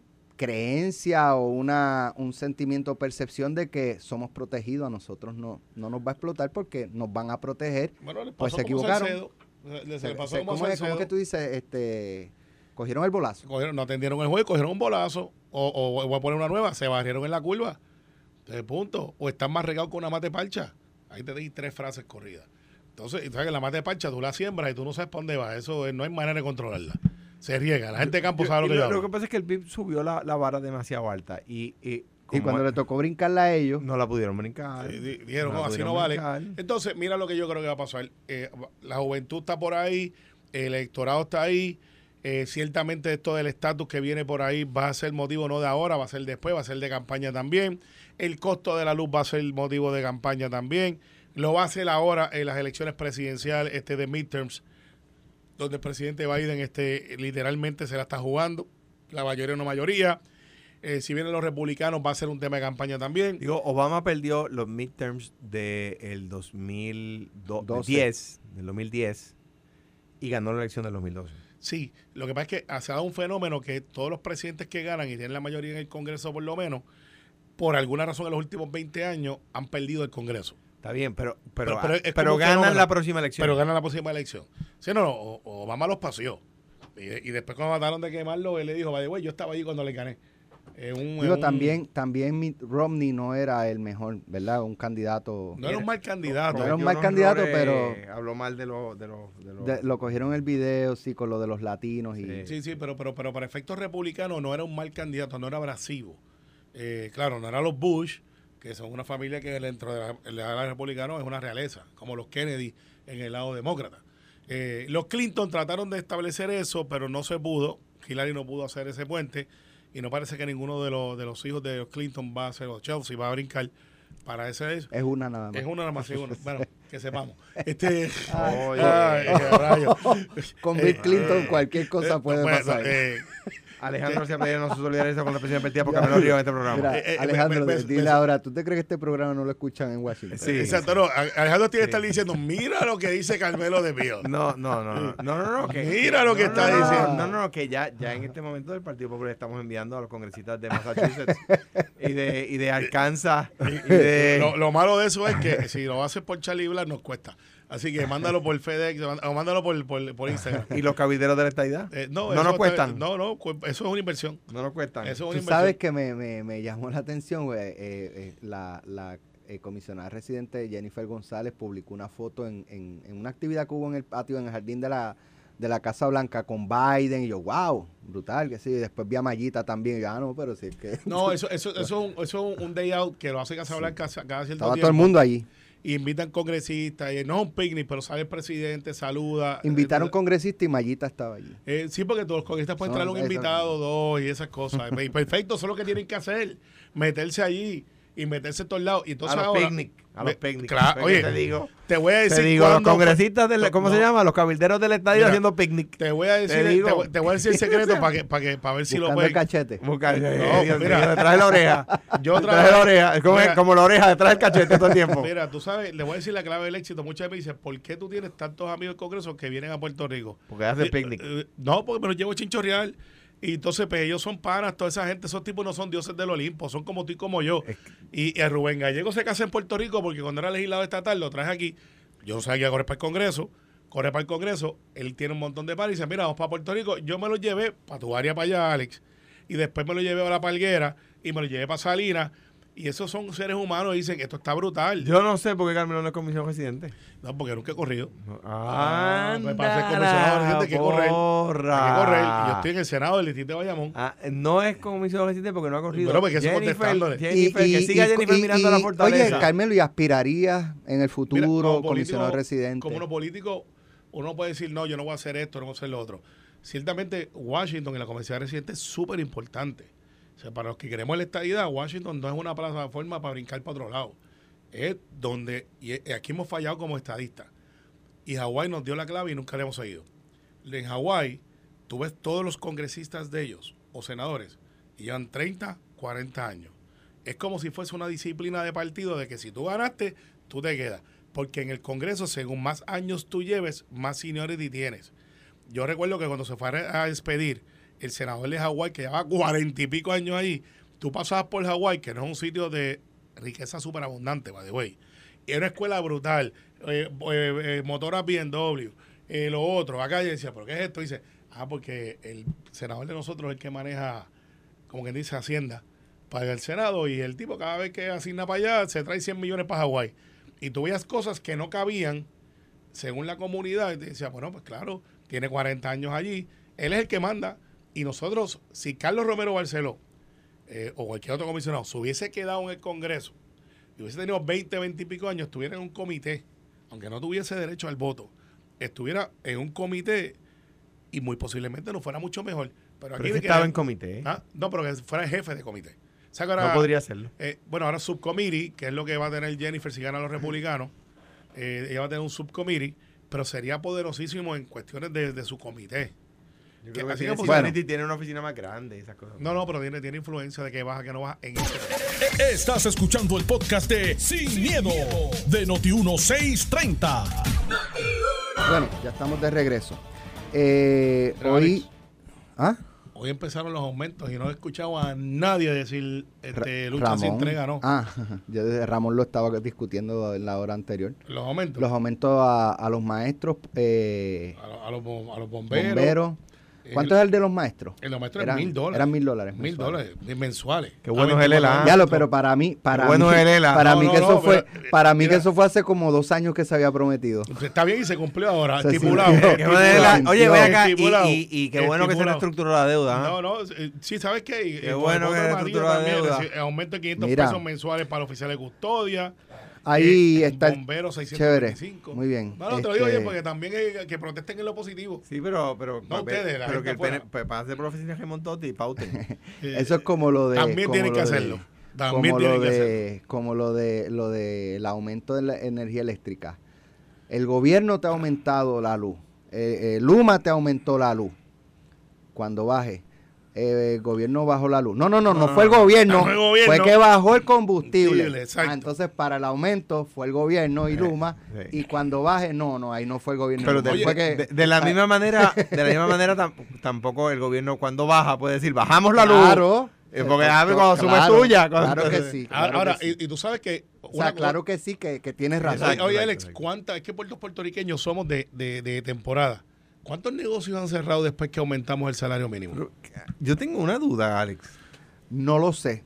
Speaker 2: creencia o una, un sentimiento o percepción de que somos protegidos, a nosotros no, no nos va a explotar porque nos van a proteger.
Speaker 4: Bueno, le pasó
Speaker 2: pues se
Speaker 4: como
Speaker 2: equivocaron.
Speaker 4: Salcedo. Se- le- se le
Speaker 2: Se-
Speaker 4: pasó
Speaker 2: se-
Speaker 4: como
Speaker 2: ¿cómo es, cómo es
Speaker 4: Salcedo.
Speaker 2: que tú dices? Este, cogieron el bolazo.
Speaker 4: Cogieron- no atendieron el juego, cogieron un bolazo, o, o voy a poner una nueva, se barrieron en la curva, de punto, o están más regados con una mate parcha. Ahí te di tres frases corridas. Entonces, y tú sabes que la mate parcha tú la siembras y tú no sabes para dónde va, eso es- no hay manera de controlarla. Se riega, la gente de campo
Speaker 3: Yo-
Speaker 4: sabe Pues, lo
Speaker 3: y
Speaker 4: que yo
Speaker 3: lo,
Speaker 4: hablo.
Speaker 3: que pasa es que el PIB subió la, la vara demasiado alta y, y
Speaker 2: Y
Speaker 3: como
Speaker 2: cuando le tocó brincarla a ellos,
Speaker 3: no la pudieron brincar.
Speaker 4: Eh, di- dijeron,
Speaker 3: la
Speaker 4: "Oh, así
Speaker 3: pudieron
Speaker 4: no vale".
Speaker 3: brincar.
Speaker 4: Entonces, mira lo que yo creo que va a pasar. Eh, la juventud está por ahí, el electorado está ahí. eh, ciertamente esto del estatus que viene por ahí va a ser motivo no de ahora, va a ser después, va a ser de campaña también. El costo de la luz va a ser motivo de campaña también. Lo va a hacer ahora en las elecciones presidenciales este de midterms, donde el presidente Biden este, literalmente se la está jugando, la mayoría o no mayoría. Eh, si vienen los republicanos va a ser un tema de campaña también.
Speaker 3: Digo, Obama perdió los midterms del 2010, del 2010 y ganó la elección del 2012.
Speaker 4: Sí, lo que pasa es que se ha dado un fenómeno que todos los presidentes que ganan y tienen la mayoría en el Congreso por lo menos, por alguna razón en los últimos 20 años han perdido el Congreso,
Speaker 3: Está bien, pero pero,
Speaker 4: Pero- pero es como
Speaker 3: pero
Speaker 4: un
Speaker 3: ganan
Speaker 4: fenómeno.
Speaker 3: la próxima elección.
Speaker 4: pero ganan la próxima elección. Sí, no, no, o- o Obama los paseó. Y, y después cuando trataron de quemarlo, él le dijo, "By the way, yo estaba allí cuando le gané. En un- en
Speaker 2: digo,
Speaker 4: un-
Speaker 2: también, también Mitt Romney no era el mejor, ¿verdad? Un candidato.
Speaker 4: No era un mal candidato.
Speaker 2: no era un
Speaker 3: Cometió
Speaker 2: mal
Speaker 3: unos
Speaker 2: candidato,
Speaker 3: errores,
Speaker 2: pero-
Speaker 3: eh, Habló mal de los... De los- de los-
Speaker 2: De- lo cogieron el video, sí, con lo de los latinos y...
Speaker 3: Sí.
Speaker 4: Sí, sí, pero, pero, pero para efectos republicanos no era un mal candidato, no era abrasivo. Eh, claro, no era los Bush, que son una familia que dentro de la, de la ala republicana es una realeza, como los Kennedy en el lado demócrata. Eh, los Clinton trataron de establecer eso, pero no se pudo. Hillary no pudo hacer ese puente y no parece que ninguno de los, de los hijos de los Clinton va a hacer, o Chelsea va a brincar para ese. Es
Speaker 2: Es una nada más.
Speaker 4: una nada más, sí, uno. Bueno, que sepamos. Este,
Speaker 3: Oye.
Speaker 4: Ay, rayo.
Speaker 2: Con Bill Clinton cualquier cosa
Speaker 4: Eh,
Speaker 2: puede
Speaker 4: bueno,
Speaker 2: pasar.
Speaker 4: eh,
Speaker 3: Alejandro se ha pedido no se solidariza con la presidenta perdida por Camilo Río en este programa.
Speaker 2: Mira,
Speaker 4: eh, eh,
Speaker 2: Alejandro,
Speaker 4: me- me-
Speaker 2: dile
Speaker 4: me-
Speaker 2: ahora, ¿tú te crees que este programa no lo escuchan en Washington?
Speaker 3: Sí.
Speaker 4: Exacto, no, a- Alejandro tiene que estar diciendo, mira lo que dice Carmelo de Pío.
Speaker 3: No, no, no, no, no, no, no, que,
Speaker 4: Mira lo que
Speaker 3: no,
Speaker 4: está
Speaker 3: no, no,
Speaker 2: diciendo.
Speaker 3: No, no, no, que ya, ya en este momento del Partido Popular estamos enviando a los congresistas de Massachusetts y de, y de Arkansas y de...
Speaker 2: eh.
Speaker 4: Lo, lo malo de eso es que si lo haces por Charlie Blas nos cuesta. Así que mándalo por FedEx o mándalo por, por, por Instagram.
Speaker 3: y los cabilderos de la estadidad.
Speaker 4: Eh,
Speaker 3: no,
Speaker 4: eso
Speaker 3: nos
Speaker 4: está-
Speaker 3: cuestan. No,
Speaker 4: No, no, cu- eso es una inversión.
Speaker 3: nos cuestan.
Speaker 4: Eso es una
Speaker 2: Tú
Speaker 4: inversión.
Speaker 2: sabes que me, me- me llamó la atención, güey, eh, eh, la, la, eh, comisionada residente Jennifer González publicó una foto en, en- en una actividad que hubo en el patio, en el jardín de la, de la Casa Blanca con Biden, y yo, wow, brutal, que sí, después vi a Mayita también, y yo, ah, no, pero sí, es que
Speaker 4: No, eso, eso, eso, es un, eso es un day out que lo hace Casa Blanca cada cierto
Speaker 2: estaba todo el
Speaker 4: tiempo.
Speaker 2: mundo allí.
Speaker 4: Y invitan congresistas, y no es un picnic, pero sale el presidente, saluda.
Speaker 3: Ah,
Speaker 4: eh,
Speaker 2: Invitaron
Speaker 3: eh,
Speaker 4: Entonces,
Speaker 2: congresistas y Mayita estaba allí.
Speaker 4: Eh, sí, porque todos los congresistas pueden
Speaker 2: Son
Speaker 4: traer un
Speaker 2: esas-
Speaker 4: invitado, dos y esas cosas. Y Perfecto, eso es lo que tienen que hacer. Meterse allí y meterse a todos lados. Y entonces
Speaker 3: a los
Speaker 4: ahora,
Speaker 3: picnic. A los
Speaker 4: Me-
Speaker 3: picnic.
Speaker 4: Claro,
Speaker 3: Porque
Speaker 4: oye,
Speaker 3: te digo,
Speaker 4: te voy a
Speaker 3: te
Speaker 4: decir.
Speaker 3: digo los
Speaker 4: cuándo- pues,
Speaker 3: congresistas de la- ¿cómo se
Speaker 4: No,
Speaker 3: llama? Los cabilderos de la estadidad
Speaker 4: Mira,
Speaker 3: haciendo picnic.
Speaker 4: Te voy a decir, te,
Speaker 3: digo.
Speaker 4: voy- te voy a decir el secreto para que, para que, para ver si lo
Speaker 2: buscando el
Speaker 4: pueden.
Speaker 2: cachete.
Speaker 3: Busca,
Speaker 4: No,
Speaker 3: Dios
Speaker 4: mira.
Speaker 3: mío, detrás de la oreja.
Speaker 4: Yo otra
Speaker 3: detrás de la
Speaker 4: vez-
Speaker 3: oreja. Es como,
Speaker 4: mira.
Speaker 3: como la oreja detrás del cachete todo el tiempo.
Speaker 4: Mira, tú sabes, le voy a decir la clave del éxito. Muchas veces me dicen, ¿por qué tú tienes tantos amigos del Congreso que vienen a Puerto Rico?
Speaker 3: Porque hace picnic.
Speaker 4: Eh, eh, no, porque me los llevo a chinchorreal. Y entonces, pues ellos son panas, toda esa gente, esos tipos no son dioses del Olimpo, son como tú y como yo. Y, y a Rubén Gallego se casa en Puerto Rico porque cuando era legislador estatal lo traje aquí. Yo no sabía que iba a correr para el Congreso. Corre para el Congreso, él tiene un montón de panas y dice: Mira, vamos para Puerto Rico. Yo me lo llevé para tu área, para allá, Alex. Y después me lo llevé a la Palguera y me lo llevé para Salinas. Y esos son seres humanos y dicen: Esto está brutal.
Speaker 3: Yo no sé por qué Carmelo no es comisión residente.
Speaker 4: No, porque nunca he corrido.
Speaker 3: Ah,
Speaker 4: me pasé comisionado residente, hay que correr. Hay que correr. Y yo estoy en el Senado del Distrito de Bayamón.
Speaker 3: Ah, no es comisionado residente porque no ha corrido.
Speaker 4: Bueno, porque eso contestándole.
Speaker 3: Jennifer, que siga
Speaker 2: y-
Speaker 3: Jennifer
Speaker 2: y-
Speaker 3: mirando
Speaker 2: y-
Speaker 3: la fortaleza.
Speaker 2: Oye, Carmelo, ¿y aspirarías en el
Speaker 4: Mira,
Speaker 2: futuro
Speaker 4: como político-
Speaker 2: comisionado residente?
Speaker 4: Como uno político, uno puede decir, no, yo no voy a hacer esto, no voy a hacer lo otro. Ciertamente, Washington y la comunidad residente es súper importante. O sea, para los que queremos la estadidad, Washington no es una plataforma para brincar para otro lado. Es donde, y e- aquí hemos fallado como estadistas. y Hawái nos dio la clave y nunca le hemos seguido. En Hawái, tú ves todos los congresistas de ellos o senadores y llevan 30, 40 años. Es como si fuese una disciplina de partido de que si tú ganaste, tú te quedas. Porque en el Congreso, según más años tú lleves, más seniority tienes. Yo recuerdo que cuando se fue a despedir el senador de Hawái, que llevaba cuarenta y pico años ahí, tú pasabas por Hawái, que no es un sitio de riqueza superabundante, by the way. Era una escuela brutal, eh, eh, eh, motoras BMW, eh, lo otro. Acá yo decía, ¿pero qué es esto? Y dice, ah, porque el senador de nosotros es el que maneja, como quien dice, Hacienda para el Senado y el tipo cada vez que asigna para allá se trae 100 millones para Hawái. Y tú veías cosas que no cabían según la comunidad y te decía, bueno, pues claro, tiene 40 años allí, él es el que manda y nosotros, si Carlos Romero Barceló eh, o cualquier otro comisionado se hubiese quedado en el Congreso y hubiese tenido 20, 20 y pico años, estuviera en un comité, aunque no tuviese derecho al voto, estuviera en un comité y muy posiblemente no fuera mucho mejor.
Speaker 3: Pero
Speaker 4: Pero aquí
Speaker 3: es que
Speaker 4: le
Speaker 3: estaba
Speaker 4: queda-
Speaker 3: en comité.
Speaker 4: Ah, No, pero que fuera el jefe de comité. O sea, que ahora-
Speaker 3: No podría hacerlo.
Speaker 4: eh, bueno, ahora subcommittee, que es lo que va a tener Jennifer si gana los republicanos. Eh, ella va a tener un subcommittee, pero sería poderosísimo en cuestiones de, de su comité.
Speaker 3: Yo
Speaker 4: que
Speaker 3: creo que
Speaker 4: así
Speaker 3: tiene,
Speaker 4: como-
Speaker 3: Cianetti tiene una oficina más grande y esas cosas.
Speaker 4: No, no, pero tiene, tiene influencia de que baja, que no baja en este.
Speaker 1: Estás escuchando el podcast de Sin, miedo, de Noti1630.
Speaker 2: Bueno, ya estamos de regreso. Eh,
Speaker 4: Pero,
Speaker 2: hoy. ¿Ah?
Speaker 4: Hoy empezaron los aumentos y no he escuchado a nadie decir este,
Speaker 2: Ra-
Speaker 4: lucha sin entrega, ¿no?
Speaker 2: Ah, yo desde Ramón lo estaba discutiendo en la hora anterior.
Speaker 4: Los aumentos.
Speaker 2: Los aumentos a, a los maestros, eh,
Speaker 4: a, lo- a los, bom- a los bomberos.
Speaker 2: bomberos. ¿Cuánto
Speaker 4: el-
Speaker 2: es el de los maestros?
Speaker 4: el de los maestros es
Speaker 2: Eran-
Speaker 4: mil dólares.
Speaker 2: Eran mil dólares.
Speaker 4: Mil
Speaker 2: mensuales.
Speaker 4: dólares mensuales. Ah,
Speaker 3: Qué bueno
Speaker 4: A
Speaker 3: es el
Speaker 4: 24
Speaker 2: Ya
Speaker 3: helado.
Speaker 2: lo,
Speaker 3: Exacto.
Speaker 2: pero para mí, para
Speaker 3: bueno
Speaker 2: mí,
Speaker 3: es Lela.
Speaker 2: para
Speaker 4: No,
Speaker 2: mí
Speaker 4: no,
Speaker 2: que
Speaker 4: no,
Speaker 2: eso fue,
Speaker 4: pero, eh,
Speaker 2: para mí que
Speaker 4: mira. Eh,
Speaker 2: eso fue hace como dos años que se había prometido.
Speaker 4: Está bien y se cumplió ahora,
Speaker 2: Se
Speaker 4: estipulado.
Speaker 2: sintió.
Speaker 3: Qué bueno es Lela.
Speaker 2: Estipulado.
Speaker 3: Oye, ven acá. y-
Speaker 4: Estipulado.
Speaker 3: Y, y qué bueno que se
Speaker 4: Estipulado.
Speaker 3: reestructuró la deuda. ¿ah?
Speaker 4: No, no, eh, sí, ¿sabes qué? Y-
Speaker 3: Qué
Speaker 4: y por
Speaker 3: bueno
Speaker 4: voto
Speaker 3: que
Speaker 4: de
Speaker 3: se
Speaker 4: María
Speaker 3: reestructuró la
Speaker 4: también,
Speaker 3: deuda.
Speaker 4: recibe- eh, Aumento de 500
Speaker 2: Mira.
Speaker 4: pesos mensuales para oficiales de custodia.
Speaker 2: Ahí
Speaker 4: eh,
Speaker 2: está el-
Speaker 4: Bomberos
Speaker 2: chévere,
Speaker 4: 625.
Speaker 2: muy bien,
Speaker 4: No, no, te lo digo
Speaker 2: este-
Speaker 4: oye, porque también eh, que protesten en lo positivo.
Speaker 3: Sí, pero. pero
Speaker 4: No ustedes, la
Speaker 3: Pero
Speaker 4: gente
Speaker 3: que el
Speaker 4: afuera.
Speaker 3: PN pues, pase por la oficina de Montotti y pauten.
Speaker 4: Eh,
Speaker 2: Eso es como lo de
Speaker 4: también
Speaker 2: como
Speaker 4: tienen
Speaker 2: lo
Speaker 4: que
Speaker 2: de-
Speaker 4: hacerlo. También
Speaker 2: como
Speaker 4: tienen
Speaker 2: lo
Speaker 4: que hacerlo.
Speaker 2: de como lo de lo del aumento de la energía eléctrica. El gobierno te ha aumentado la luz. Eh, eh, Luma te aumentó la luz. Cuando baje. Eh, el gobierno bajó la luz. No, no, no, no,
Speaker 3: No,
Speaker 2: fue el gobierno,
Speaker 4: no fue el gobierno.
Speaker 2: Fue que bajó el combustible.
Speaker 4: Combustible, exacto.
Speaker 2: Ah, entonces, para el aumento fue el gobierno y Luma.
Speaker 3: sí.
Speaker 2: Y cuando baje, no, no, ahí no fue el gobierno.
Speaker 3: Eh, Pero
Speaker 2: Luma,
Speaker 3: de,
Speaker 2: fue que-
Speaker 3: de- de la misma manera, de la misma manera tam- tampoco el gobierno cuando baja puede decir bajamos la luz.
Speaker 2: Claro.
Speaker 3: Eh, porque a ver, cuando sube
Speaker 2: Claro,
Speaker 3: suya, cuando-
Speaker 2: Claro que sí. claro
Speaker 4: Ahora,
Speaker 2: que
Speaker 4: ahora,
Speaker 2: sí.
Speaker 4: y, y tú sabes que.
Speaker 2: O
Speaker 4: una
Speaker 2: sea,
Speaker 4: co-
Speaker 2: claro que sí, que, que tienes razón.
Speaker 3: Exacto,
Speaker 4: Oye,
Speaker 3: exacto,
Speaker 4: Alex,
Speaker 3: exacto.
Speaker 4: ¿cuánta, es que por los puertorriqueños somos de, de, de temporada. ¿Cuántos negocios han cerrado después que aumentamos el salario mínimo?
Speaker 3: Pero, Yo tengo una duda, Alex.
Speaker 2: No lo sé.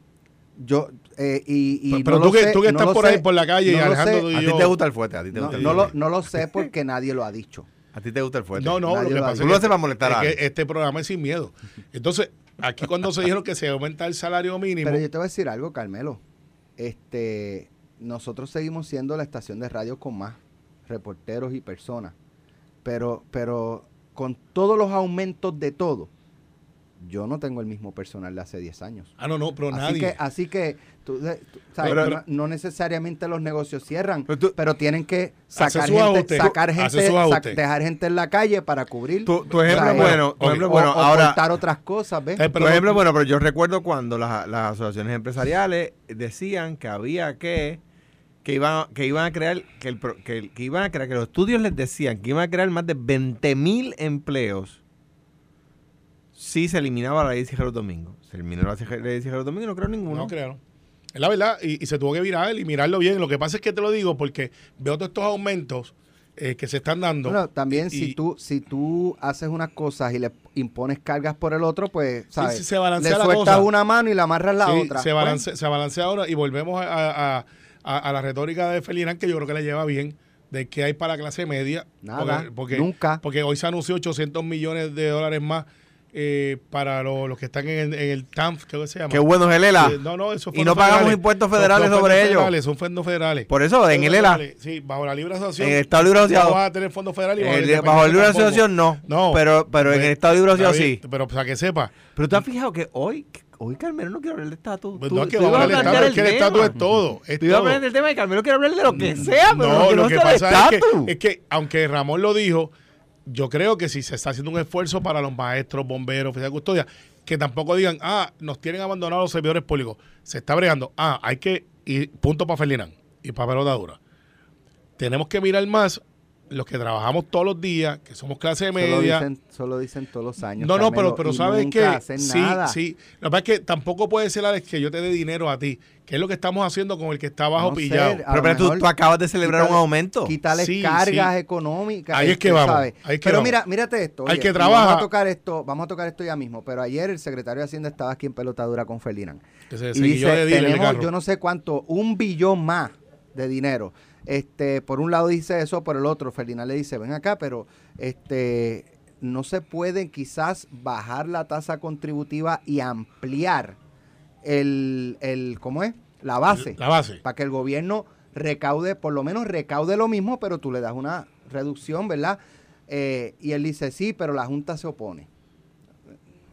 Speaker 2: Yo, eh, y, y
Speaker 4: Pero- pero
Speaker 2: no
Speaker 4: tú
Speaker 2: lo
Speaker 4: que-
Speaker 2: sé,
Speaker 4: tú que
Speaker 2: no
Speaker 4: estás
Speaker 2: lo
Speaker 4: por ahí
Speaker 2: sé,
Speaker 4: por la calle y
Speaker 2: no lo
Speaker 4: Alejandro,
Speaker 2: sé,
Speaker 4: tú
Speaker 3: A ti
Speaker 4: yo-
Speaker 3: te gusta el fuerte, a ti te
Speaker 2: No,
Speaker 3: gusta el
Speaker 2: no lo,
Speaker 3: fuerte.
Speaker 2: no lo sé porque nadie lo ha dicho.
Speaker 3: A ti te gusta el fuerte.
Speaker 4: No, no,
Speaker 2: Nadie
Speaker 4: lo que
Speaker 2: lo ha
Speaker 4: pasa
Speaker 2: dicho.
Speaker 3: Tú lo
Speaker 4: es
Speaker 3: haces
Speaker 4: que-
Speaker 3: para molestar a
Speaker 4: es que
Speaker 3: alguien.
Speaker 4: este programa es sin miedo. Entonces, aquí cuando se dijeron que se aumenta el salario mínimo,
Speaker 2: Pero yo te voy a decir algo, Carmelo. Este, nosotros seguimos siendo la estación de radio con más reporteros y personas. Pero, pero con todos los aumentos de todo, yo no tengo el mismo personal de hace 10 años.
Speaker 4: ah, no, no, pero
Speaker 2: Así
Speaker 4: nadie.
Speaker 2: que, así que tú- de- tú- sabes,
Speaker 3: Pero-
Speaker 2: no, no necesariamente los negocios cierran,
Speaker 3: Pero
Speaker 2: pero,
Speaker 3: tú-
Speaker 2: tienen que sacar
Speaker 4: su
Speaker 2: gente,
Speaker 4: ajuste.
Speaker 2: sacar
Speaker 4: Hace
Speaker 2: gente,
Speaker 4: su
Speaker 2: sac-
Speaker 4: ajuste.
Speaker 2: dejar gente en la calle para cubrir.
Speaker 3: Tu, tu ejemplo es
Speaker 2: Claro.
Speaker 3: bueno. Tu
Speaker 4: Ok.
Speaker 3: ejemplo es
Speaker 2: o-
Speaker 3: bueno.
Speaker 2: o
Speaker 3: Ahora,
Speaker 2: cortar otras cosas, ¿ves?
Speaker 4: Eh, pero
Speaker 3: por
Speaker 4: no-
Speaker 3: ejemplo, bueno, pero yo recuerdo cuando las, las asociaciones empresariales decían que había que que iban que iban a crear que, el pro- que, el- que iban a crear que los estudios les decían que iban a crear más de 20.000 empleos si se eliminaba la ley de cierre domingo. Se eliminó la ley de cierre domingo y no creo ninguno.
Speaker 4: no crearon. Es la verdad, y, y se tuvo que virar y mirarlo bien. Lo que pasa es que te lo digo porque veo todos estos aumentos eh, que se están dando.
Speaker 2: Bueno, también
Speaker 4: Y-
Speaker 2: si
Speaker 4: y-
Speaker 2: tú si tú haces unas cosas y le impones cargas por el otro, pues sabes,
Speaker 4: sí, se balancea
Speaker 2: le
Speaker 4: la
Speaker 2: sueltas
Speaker 4: cosa.
Speaker 2: una mano y la amarras la
Speaker 4: Sí,
Speaker 2: otra.
Speaker 4: Se balancea,
Speaker 3: Pues
Speaker 4: se balancea ahora y volvemos a, a- a- a- a la retórica de Felirán, que yo creo que la lleva bien, de que hay para la clase media.
Speaker 2: Nada, nunca.
Speaker 4: Porque hoy se anunció 800 millones de dólares más eh, para lo- los que están en, el- en el TANF, creo que se llama.
Speaker 3: Qué bueno es el E ELA.
Speaker 4: Eh, no, no, eso
Speaker 3: Y no pagamos impuestos federales sobre ellos.
Speaker 4: Son fondos federales.
Speaker 3: Por eso, en el E ELA, en
Speaker 4: Sí, bajo la libre asociación.
Speaker 3: el Estado Libre
Speaker 4: no
Speaker 3: Asociado,
Speaker 4: vas a E tener fondos federales. y
Speaker 3: en el-
Speaker 4: la
Speaker 3: bajo el Libre
Speaker 4: independencia
Speaker 3: Asociación no,
Speaker 4: tampoco.
Speaker 3: pero, pero en
Speaker 4: Pues,
Speaker 3: el Estado Libre
Speaker 4: está
Speaker 3: Asociado
Speaker 4: bien,
Speaker 3: sí.
Speaker 4: Pero para que sepa,
Speaker 3: Pero tú has fijado que hoy,
Speaker 5: hoy Carmelo no quiere hablar de estatus.
Speaker 4: Pues
Speaker 5: Tú-
Speaker 4: no es que
Speaker 5: tú
Speaker 4: vamos a
Speaker 5: ibas
Speaker 4: hablar del estatus, es que el
Speaker 5: tema.
Speaker 4: estatus es todo. Es
Speaker 5: Tú ibas a
Speaker 4: todo.
Speaker 5: hablar del tema y Carmelo quiere hablar de lo que sea, pero no, que no sea de
Speaker 4: es que,
Speaker 5: estatus.
Speaker 4: es que, aunque Ramón lo dijo, yo creo que si se está haciendo un esfuerzo para los maestros, bomberos, oficiales de custodia, que tampoco digan, ah, nos tienen abandonados los servidores públicos. Se está bregando. Ah, hay que. Y punto para Ferdinand y para pelota dura. Tenemos que mirar más los que trabajamos todos los días, que somos clase
Speaker 2: Solo
Speaker 4: media.
Speaker 2: dicen, solo dicen todos los años.
Speaker 4: No, no,
Speaker 2: Carmelo,
Speaker 4: pero, pero
Speaker 2: y
Speaker 4: sabes
Speaker 2: nunca
Speaker 4: que
Speaker 2: hacen
Speaker 4: sí,
Speaker 2: nada.
Speaker 4: sí. Lo que pasa es que tampoco puede ser la de que yo te dé dinero a ti, que es lo que estamos haciendo con el que está abajo
Speaker 2: No sé, ah,
Speaker 4: pillado.
Speaker 2: a
Speaker 3: Pero,
Speaker 2: lo
Speaker 3: pero tú,
Speaker 2: mejor
Speaker 3: tú acabas de celebrar
Speaker 2: quítale-
Speaker 3: un aumento.
Speaker 2: Quitarles
Speaker 4: Sí,
Speaker 2: cargas
Speaker 4: sí.
Speaker 2: económicas.
Speaker 4: Ahí es que
Speaker 2: este,
Speaker 4: vamos,
Speaker 2: ¿sabes?
Speaker 4: ahí es que
Speaker 2: pero
Speaker 4: vamos.
Speaker 2: mira, mírate esto.
Speaker 4: Hay que
Speaker 2: y Vamos
Speaker 4: trabaja.
Speaker 2: a tocar esto, vamos a tocar esto ya mismo. Pero ayer el secretario de Hacienda estaba aquí en pelotadura con Ferdinand.
Speaker 4: Que se
Speaker 2: Y dice,
Speaker 4: seguilló de dealer el
Speaker 2: tenemos
Speaker 4: carro.
Speaker 2: yo no sé cuánto, un billón más de dinero. Este, por un lado dice eso, por el otro, Ferdinand le dice, ven acá, pero este no se pueden quizás bajar la tasa contributiva y ampliar el, el ¿cómo es? La base
Speaker 4: La base.
Speaker 2: para que el gobierno recaude, por lo menos recaude lo mismo, pero tú le das una reducción, ¿verdad? Eh, y él dice, sí, pero la Junta se opone.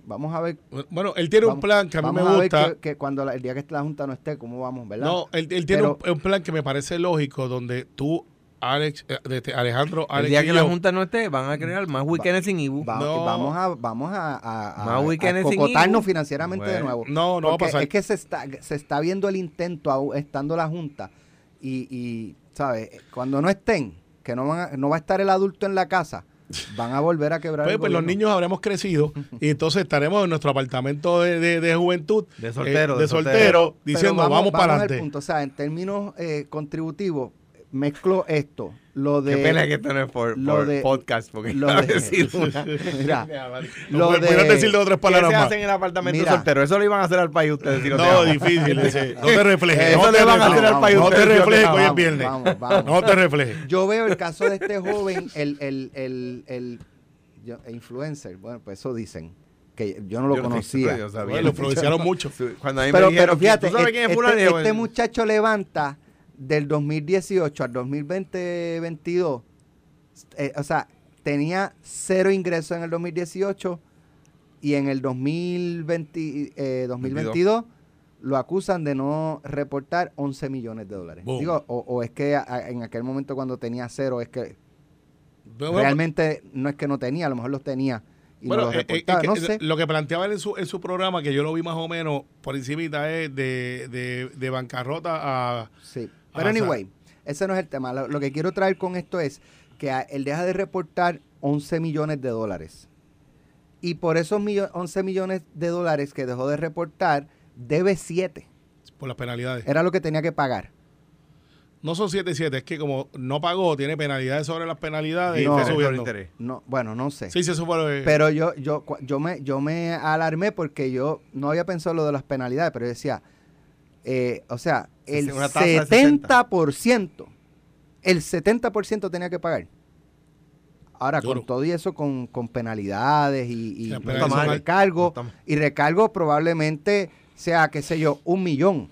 Speaker 2: Vamos a ver.
Speaker 4: Bueno, él tiene un
Speaker 2: vamos-
Speaker 4: plan que a mí me
Speaker 2: vamos ver
Speaker 4: gusta.
Speaker 2: que, que cuando la- el día que la Junta no esté, ¿cómo vamos, verdad?
Speaker 4: No, él, él tiene
Speaker 2: Pero-
Speaker 4: un, un plan que me parece lógico, donde tú, Alex, eh, este, Alejandro,
Speaker 5: El
Speaker 4: Alex
Speaker 5: día
Speaker 4: y
Speaker 5: que la
Speaker 4: yo-
Speaker 5: Junta no esté, van a crear más weekends sin IBU.
Speaker 2: Va-
Speaker 4: no.
Speaker 2: Vamos a, vamos a, a- a-
Speaker 5: Más
Speaker 2: a
Speaker 5: weekends sin
Speaker 2: cocotarnos
Speaker 5: IBU.
Speaker 2: financieramente de
Speaker 5: Bueno,
Speaker 2: nuevo.
Speaker 4: no, no va a
Speaker 2: Porque
Speaker 4: pasar.
Speaker 2: Es que se está, se está viendo el intento aún estando la Junta. Y, y ¿sabes? Cuando no estén, que no, van a- no va a estar el adulto en la casa, van a volver a quebrar
Speaker 4: Pues,
Speaker 2: el
Speaker 4: pues los
Speaker 2: gobierno.
Speaker 4: niños habremos crecido y entonces estaremos en nuestro apartamento de, de- de juventud.
Speaker 3: De soltero,
Speaker 4: eh,
Speaker 3: de
Speaker 4: de soltero.
Speaker 2: Pero
Speaker 4: Diciendo, vamos, para
Speaker 2: al
Speaker 4: adelante.
Speaker 2: punto. O sea, en términos eh, contributivos, mezclo esto, lo de...
Speaker 3: Qué pena que esto no es por,
Speaker 2: lo
Speaker 3: por
Speaker 2: de-
Speaker 3: podcast, porque
Speaker 2: lo
Speaker 3: iba a
Speaker 2: de-
Speaker 3: decir una-
Speaker 2: Mira,
Speaker 4: Pues, No,
Speaker 2: lo
Speaker 4: pudieras
Speaker 2: de-
Speaker 4: decirle otras palabras
Speaker 3: ¿Qué se
Speaker 4: más.
Speaker 3: hacen en el apartamento
Speaker 2: Mira.
Speaker 3: soltero? Eso lo iban a hacer al país ustedes. si no te
Speaker 4: No,
Speaker 3: amas.
Speaker 4: difícil. ese. No te reflejes.
Speaker 3: Eso
Speaker 4: no
Speaker 3: le
Speaker 4: te
Speaker 3: van a hacer
Speaker 4: reflejes,
Speaker 3: al país
Speaker 4: No te
Speaker 3: ustedes,
Speaker 4: reflejes, que hoy es
Speaker 2: vamos,
Speaker 4: viernes.
Speaker 2: vamos, vamos.
Speaker 4: No te reflejes.
Speaker 2: yo veo el caso de este joven, el, el, el, el, yo- influencer, bueno, pues eso dicen, que yo no lo
Speaker 3: Yo
Speaker 2: conocía.
Speaker 3: yo sabía.
Speaker 4: Bueno, lo influenciaron mucho.
Speaker 3: Su- Cuando a mí
Speaker 2: pero,
Speaker 3: me
Speaker 2: pero
Speaker 3: dijeron,
Speaker 2: fíjate,
Speaker 3: ¿tú sabes quién es
Speaker 2: este,
Speaker 3: fulano? Y yo,
Speaker 2: este muchacho levanta del 2018 al 2020-22, eh, o sea, tenía cero ingresos en el 2018 y en el 2020, eh, 2022 lo acusan de no reportar 11 millones de dólares.
Speaker 4: Boom.
Speaker 2: Digo, o, o es que a- a- en aquel momento cuando tenía cero es que
Speaker 4: Bueno,
Speaker 2: realmente no es que no tenía, a lo mejor los tenía y
Speaker 4: Bueno,
Speaker 2: no los
Speaker 4: eh, eh,
Speaker 2: reportaba,
Speaker 4: que-
Speaker 2: no sé.
Speaker 4: lo que planteaba él en su, en su programa, que yo lo vi más o menos por encimita, es de, de, de bancarrota a...
Speaker 2: Sí.
Speaker 4: Ah,
Speaker 2: Pero
Speaker 4: o sea-
Speaker 2: anyway, ese no es el tema. Lo, lo que quiero traer con esto es que a- él deja de reportar 11 millones de dólares. Y por esos millo- 11 millones de dólares que dejó de reportar, debe 7.
Speaker 4: por las penalidades.
Speaker 2: Era lo que tenía que pagar.
Speaker 4: No son 7-7, es que como no pagó, tiene penalidades sobre las penalidades
Speaker 3: interés,
Speaker 4: y
Speaker 2: No.
Speaker 4: está
Speaker 3: sobre
Speaker 4: subiendo.
Speaker 3: interés.
Speaker 2: No, bueno, no sé.
Speaker 4: Sí, sí, eso fue... eh,
Speaker 2: Pero yo, yo, cua- yo, me, yo me alarmé porque yo no había pensado lo de las penalidades, pero yo decía, eh, o sea, el
Speaker 3: Es una tasa de 60.
Speaker 2: 70%, el 70% tenía que pagar. Ahora,
Speaker 4: Duro.
Speaker 2: con todo y eso, con, con penalidades y, y
Speaker 4: Sí,
Speaker 3: penalidades
Speaker 2: con
Speaker 3: son-
Speaker 2: recargo,
Speaker 3: No está mal.
Speaker 2: y recargo probablemente sea, qué sé yo, un millón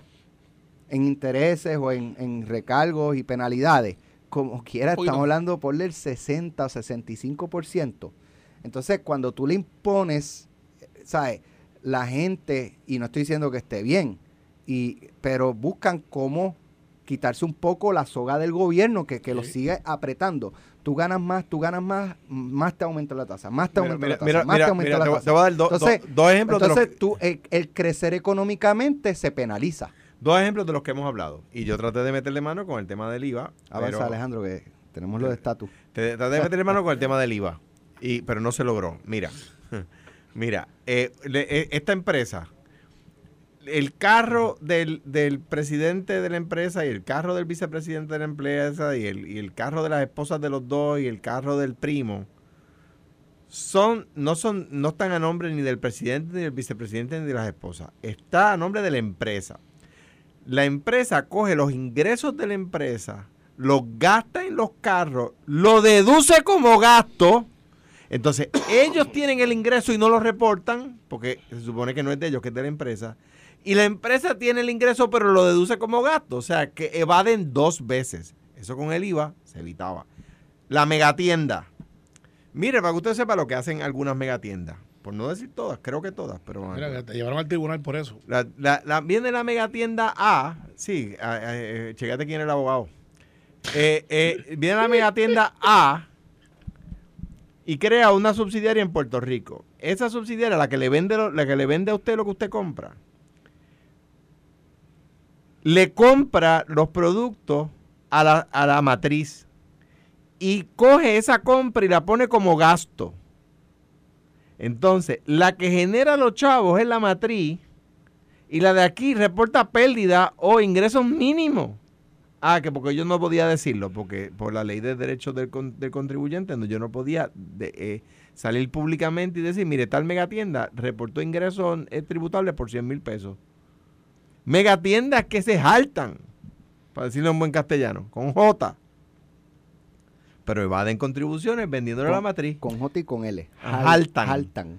Speaker 2: en intereses o en, en recargos y penalidades. Como quiera,
Speaker 4: Poquito.
Speaker 2: estamos hablando por el 60 o 65%. Entonces, cuando tú le impones, eh, ¿sabes? La gente, y no estoy diciendo que esté bien, y, pero buscan cómo quitarse un poco la soga del gobierno que, que lo
Speaker 4: Sí.
Speaker 2: sigue apretando. Tú ganas más, tú ganas más, más te aumenta la tasa, más te
Speaker 3: Mira,
Speaker 2: aumenta
Speaker 3: mira,
Speaker 2: la tasa,
Speaker 3: mira,
Speaker 2: más
Speaker 3: mira,
Speaker 2: te aumenta
Speaker 3: mira,
Speaker 2: la
Speaker 3: te voy-
Speaker 2: tasa.
Speaker 3: te voy a dar do- do-
Speaker 2: Entonces,
Speaker 3: dos ejemplos de los
Speaker 2: entonces tú, el, el crecer económicamente se penaliza.
Speaker 3: Dos ejemplos de los que hemos hablado. Y yo traté de meterle mano con el tema del IVA.
Speaker 2: Avanza,
Speaker 3: pero-
Speaker 2: Alejandro, que tenemos lo de estatus.
Speaker 3: Te- Traté de meterle mano con el tema del IVA, y, pero no se logró. Mira, mira, eh, le- eh, esta empresa, el carro del, del presidente de la empresa y el carro del vicepresidente de la empresa y el, y el carro de las esposas de los dos y el carro del primo, son, no, son, no están a nombre ni del presidente, ni del vicepresidente, ni de las esposas. Está a nombre de la empresa. La empresa coge los ingresos de la empresa, los gasta en los carros, lo deduce como gasto. Entonces, ellos tienen el ingreso y no lo reportan, porque se supone que no es de ellos, que es de la empresa. Y la empresa tiene el ingreso, pero lo deduce como gasto. O sea, que evaden dos veces. Eso con el IVA se evitaba. La megatienda. Mire, para que usted sepa lo que hacen algunas megatiendas. Por no decir todas, creo que todas, pero... van a
Speaker 4: Mira,
Speaker 3: quebrar.
Speaker 4: te llevaron al tribunal por eso.
Speaker 3: La, la, la- viene la mega tienda A. Sí, a- a- eh, checate quién es el abogado. Eh, eh, viene la mega tienda A y crea una subsidiaria en Puerto Rico. Esa subsidiaria, la que le vende, lo- la que le vende a usted lo que usted compra, le compra los productos a la, a la matriz y coge esa compra y la pone como gasto. Entonces, la que genera los chavos es la matriz y la de aquí reporta pérdida o ingresos mínimos. Ah, que porque yo no podía decirlo, porque por la ley de derechos del, con- del contribuyente, no, yo no podía de- eh, salir públicamente y decir, mire, tal megatienda reportó ingresos eh, tributables por 100 mil pesos. Megatiendas que se jaltan, para decirlo en buen castellano, con J. Pero evaden contribuciones vendiéndole a la
Speaker 2: Con-
Speaker 3: matriz.
Speaker 2: Con J y con L.
Speaker 3: Ah,
Speaker 2: Jaltan.
Speaker 3: jaltan.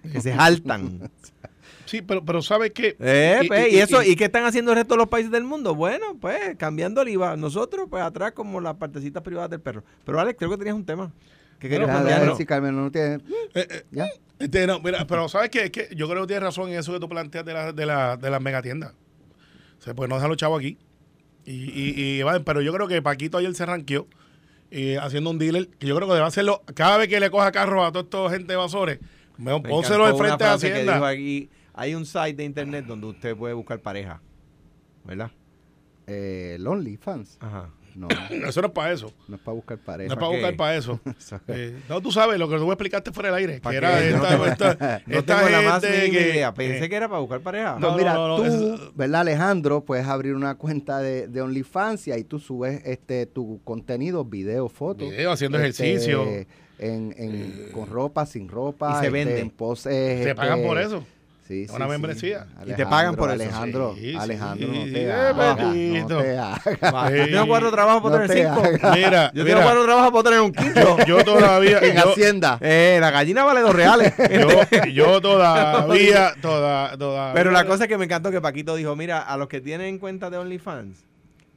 Speaker 2: Jaltan.
Speaker 3: Que se jaltan.
Speaker 4: Sí, pero, pero ¿sabes qué?
Speaker 3: Eh,
Speaker 4: Y-
Speaker 3: pues,
Speaker 4: y-
Speaker 3: y, eso,
Speaker 4: y-
Speaker 3: ¿y qué están haciendo el resto de los países del mundo? Bueno, pues cambiando el IVA. Nosotros, pues atrás como las partecitas privadas del perro. Pero Alex, creo que tenías un tema. que querías
Speaker 4: Pero,
Speaker 2: Deja de
Speaker 3: cambiarlo.
Speaker 2: ver si Carmen no tiene.
Speaker 4: eh, eh,
Speaker 2: ¿Ya?
Speaker 4: este, no, mira, pero ¿sabes qué? Es que yo creo que tienes razón en eso que tú planteas de, la, de, la, de las megatiendas. O sea, pues no dejan los chavos aquí. Y, y, y evaden. pero yo creo que Paquito ayer se ranqueó eh, haciendo un dealer, que yo creo que debe hacerlo cada vez que le coja carro a toda esta gente de basores. me-
Speaker 3: Me
Speaker 4: Pónselo de
Speaker 3: encantó una
Speaker 4: frente a
Speaker 3: frase que dijo
Speaker 4: Hacienda.
Speaker 3: aquí, hay un site de internet donde usted puede buscar pareja. ¿Verdad?
Speaker 2: Eh, Lonely Fans.
Speaker 3: Ajá.
Speaker 2: No,
Speaker 4: Eso no es para eso.
Speaker 2: no es para buscar
Speaker 4: No
Speaker 2: pareja.
Speaker 4: es para buscar
Speaker 3: qué?
Speaker 4: para eso. Eh, no, tú sabes, lo que tú explicaste fuera del aire.
Speaker 3: ¿Para
Speaker 4: Que era
Speaker 3: qué? Yo no tengo-
Speaker 4: esta, esta,
Speaker 3: No
Speaker 4: esta
Speaker 3: tengo la más
Speaker 4: gente
Speaker 3: mínima
Speaker 4: que.
Speaker 3: idea. Pensé
Speaker 4: eh,
Speaker 3: que era para buscar pareja.
Speaker 2: Pues
Speaker 4: No,
Speaker 2: mira,
Speaker 4: no, no,
Speaker 2: tú,
Speaker 4: es-
Speaker 2: ¿verdad, Alejandro? Puedes abrir una cuenta de, de OnlyFans y ahí tú subes este tu contenido, video, fotos.
Speaker 4: Video, haciendo ejercicio.
Speaker 2: En, en- con ropa, sin ropa.
Speaker 3: Y se vende.
Speaker 2: en poses,
Speaker 4: Te
Speaker 2: este,
Speaker 4: pagan por eso.
Speaker 2: Sí,
Speaker 4: una membresía.
Speaker 3: Y te pagan por eso.
Speaker 2: Alejandro,
Speaker 4: Sí, sí,
Speaker 2: Alejandro, no
Speaker 4: sí,
Speaker 2: te
Speaker 4: sí,
Speaker 2: hagas,
Speaker 4: bendito.
Speaker 2: no te hagas.
Speaker 3: Va, Ah, yo tengo
Speaker 4: Sí.
Speaker 3: cuatro trabajos para
Speaker 2: No te
Speaker 3: tener cinco.
Speaker 2: hagas.
Speaker 4: Mira,
Speaker 3: Yo tengo
Speaker 4: mira,
Speaker 3: cuatro trabajos para tener un quinto.
Speaker 4: yo todavía.
Speaker 2: En
Speaker 4: yo,
Speaker 2: Hacienda.
Speaker 3: Eh, la gallina vale dos reales.
Speaker 4: yo, yo todavía, toda, toda-
Speaker 3: Pero la cosa es que me encantó que Paquito dijo, mira, a los que tienen cuenta de OnlyFans,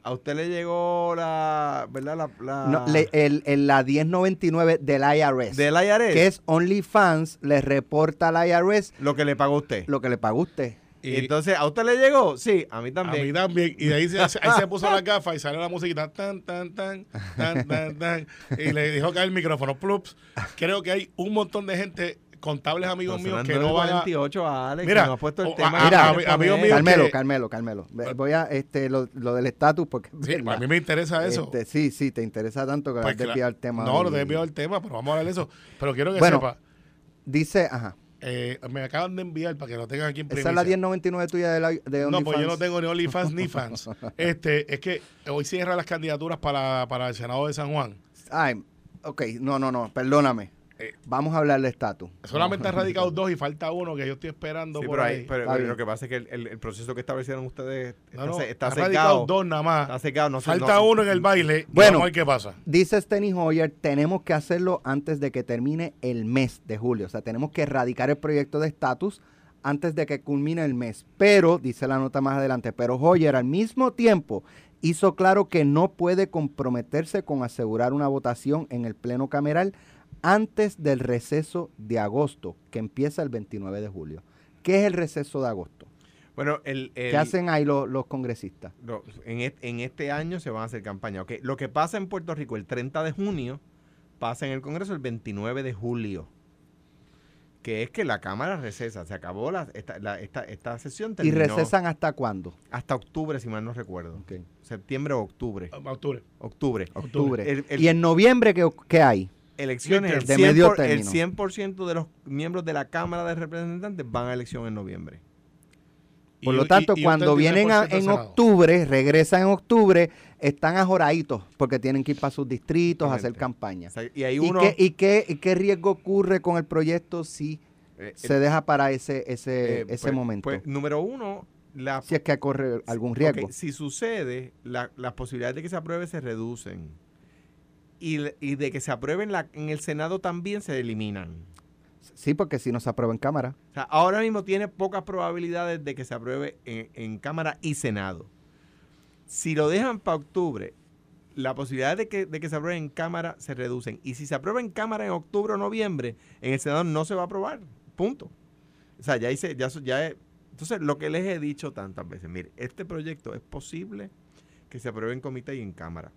Speaker 3: a usted le llegó la, ¿verdad? La, la-
Speaker 2: No, le- el, el- la 1099 del IRS,
Speaker 3: del IRS,
Speaker 2: que es OnlyFans, le reporta al IRS
Speaker 3: lo que le pagó usted.
Speaker 2: lo que le pagó usted.
Speaker 3: Y entonces, ¿a usted le llegó? Sí, a mí
Speaker 4: A
Speaker 3: también.
Speaker 4: mí también. Y de ahí se, ahí se puso la gafa y salió la musiquita. Tan, tan, tan, tan, tan, tan. Y le dijo caer el micrófono. Plups. Creo que hay un montón de gente, contables
Speaker 2: Pues
Speaker 4: amigos
Speaker 3: Está
Speaker 4: míos, que
Speaker 3: sonando
Speaker 4: no
Speaker 3: el
Speaker 4: van a.
Speaker 3: 48 a Alex,
Speaker 4: Mira,
Speaker 3: que no ha puesto el
Speaker 4: o-
Speaker 3: tema.
Speaker 4: a-
Speaker 2: Mira,
Speaker 4: a-
Speaker 3: Quiere
Speaker 4: a- amigos
Speaker 3: poner-
Speaker 4: míos-
Speaker 2: Carmelo,
Speaker 4: que-
Speaker 2: Carmelo, Carmelo. Ve- Voy a este, lo, lo del estatus porque es
Speaker 4: eh, Sí,
Speaker 2: verdad.
Speaker 4: a mí me interesa eso.
Speaker 2: Este, sí, sí, te interesa tanto que
Speaker 4: Pues
Speaker 2: has
Speaker 4: claro.
Speaker 2: desviado el tema.
Speaker 4: No, lo
Speaker 2: del-
Speaker 4: he desviado el tema, pero vamos a hablar de eso. Pero quiero que
Speaker 2: Bueno,
Speaker 4: sepa,
Speaker 2: Dice, ajá,
Speaker 4: eh, me acaban de enviar para que lo tengan aquí en
Speaker 2: esa
Speaker 4: primicia.
Speaker 2: es la 1099 tuya de, la, de
Speaker 4: No, pues
Speaker 2: OnlyFans.
Speaker 4: yo no tengo ni OnlyFans ni fans. Este, es que hoy cierran las candidaturas para, para el Senado de San Juan.
Speaker 2: Ay, ok, no, no, no, perdóname.
Speaker 4: Eh.
Speaker 2: Vamos a hablar del estatus.
Speaker 4: Solamente han radicado dos y falta uno que yo estoy esperando
Speaker 3: Sí,
Speaker 4: por
Speaker 3: pero, ahí-
Speaker 4: ahí.
Speaker 3: pero-
Speaker 2: Está
Speaker 3: pero
Speaker 2: bien.
Speaker 3: lo que pasa es que el, el- el proceso que establecieron ustedes está,
Speaker 4: No, no,
Speaker 3: se- está
Speaker 4: han radicado
Speaker 3: secado.
Speaker 4: dos nada más.
Speaker 3: Está secado. No sé,
Speaker 4: falta
Speaker 3: no-
Speaker 4: uno en el baile. y
Speaker 2: Bueno.
Speaker 4: vamos a ver qué pasa.
Speaker 2: Dice Steny Hoyer, tenemos que hacerlo antes de que termine el mes de julio. O sea, tenemos que erradicar el proyecto de estatus antes de que culmine el mes. Pero, dice la nota más adelante, pero Hoyer al mismo tiempo hizo claro que no puede comprometerse con asegurar una votación en el Pleno Cameral antes del receso de agosto, que empieza el 29 de julio. ¿Qué es el receso de agosto?
Speaker 3: Bueno, el, el-
Speaker 2: ¿Qué hacen ahí los, los congresistas?
Speaker 3: lo- en, et- en este año se van a hacer campaña. ok. Lo que pasa en Puerto Rico el 30 de junio pasa en el Congreso el 29 de julio. Que es que la Cámara recesa. Se acabó la, esta, la- esta, esta sesión.
Speaker 2: ¿Y
Speaker 3: Terminó
Speaker 2: recesan hasta cuándo?
Speaker 3: Hasta octubre, si mal no recuerdo. Septiembre o octubre.
Speaker 4: A- a Octubre.
Speaker 3: Octubre.
Speaker 2: Octubre.
Speaker 3: El- el-
Speaker 2: ¿Y en noviembre qué, qué hay?
Speaker 3: Elecciones. El
Speaker 2: De
Speaker 3: 100%,
Speaker 2: medio
Speaker 3: por- el
Speaker 2: término.
Speaker 3: 100% de los miembros de la Cámara de Representantes van a elección en noviembre.
Speaker 2: Por
Speaker 4: Y-
Speaker 2: lo
Speaker 4: y-
Speaker 2: tanto,
Speaker 4: y un
Speaker 2: cuando vienen a-
Speaker 4: 36%
Speaker 2: en
Speaker 4: Senado.
Speaker 2: octubre, regresan en octubre, están ajoraditos porque tienen que ir para sus distritos a hacer
Speaker 3: Exactamente.
Speaker 2: campaña.
Speaker 3: O sea, y hay
Speaker 2: ¿Y,
Speaker 3: uno.
Speaker 2: qué, y qué- y qué riesgo ocurre con el proyecto si
Speaker 3: eh,
Speaker 2: se deja para ese, ese,
Speaker 3: eh,
Speaker 2: ese
Speaker 3: pues-
Speaker 2: momento?
Speaker 3: pues, número uno, la
Speaker 2: si es que corre algún
Speaker 3: Ok,
Speaker 2: riesgo.
Speaker 3: si sucede, la- las posibilidades de que se apruebe se reducen. Y, l- y de que se apruebe en, la- en el Senado también se eliminan.
Speaker 2: Sí, porque si no se aprueba en cámara.
Speaker 3: O sea, ahora mismo tiene pocas probabilidades de que se apruebe en, en Cámara y Senado. Si lo dejan para octubre, la posibilidad de que, de que se apruebe en Cámara se reducen. Y si se aprueba en Cámara en octubre o noviembre, en el Senado no se va a aprobar. Punto. O sea, ya hice, ya, so- ya he- entonces lo que les he dicho tantas veces, mire, este proyecto es posible que se apruebe en comité y en cámara.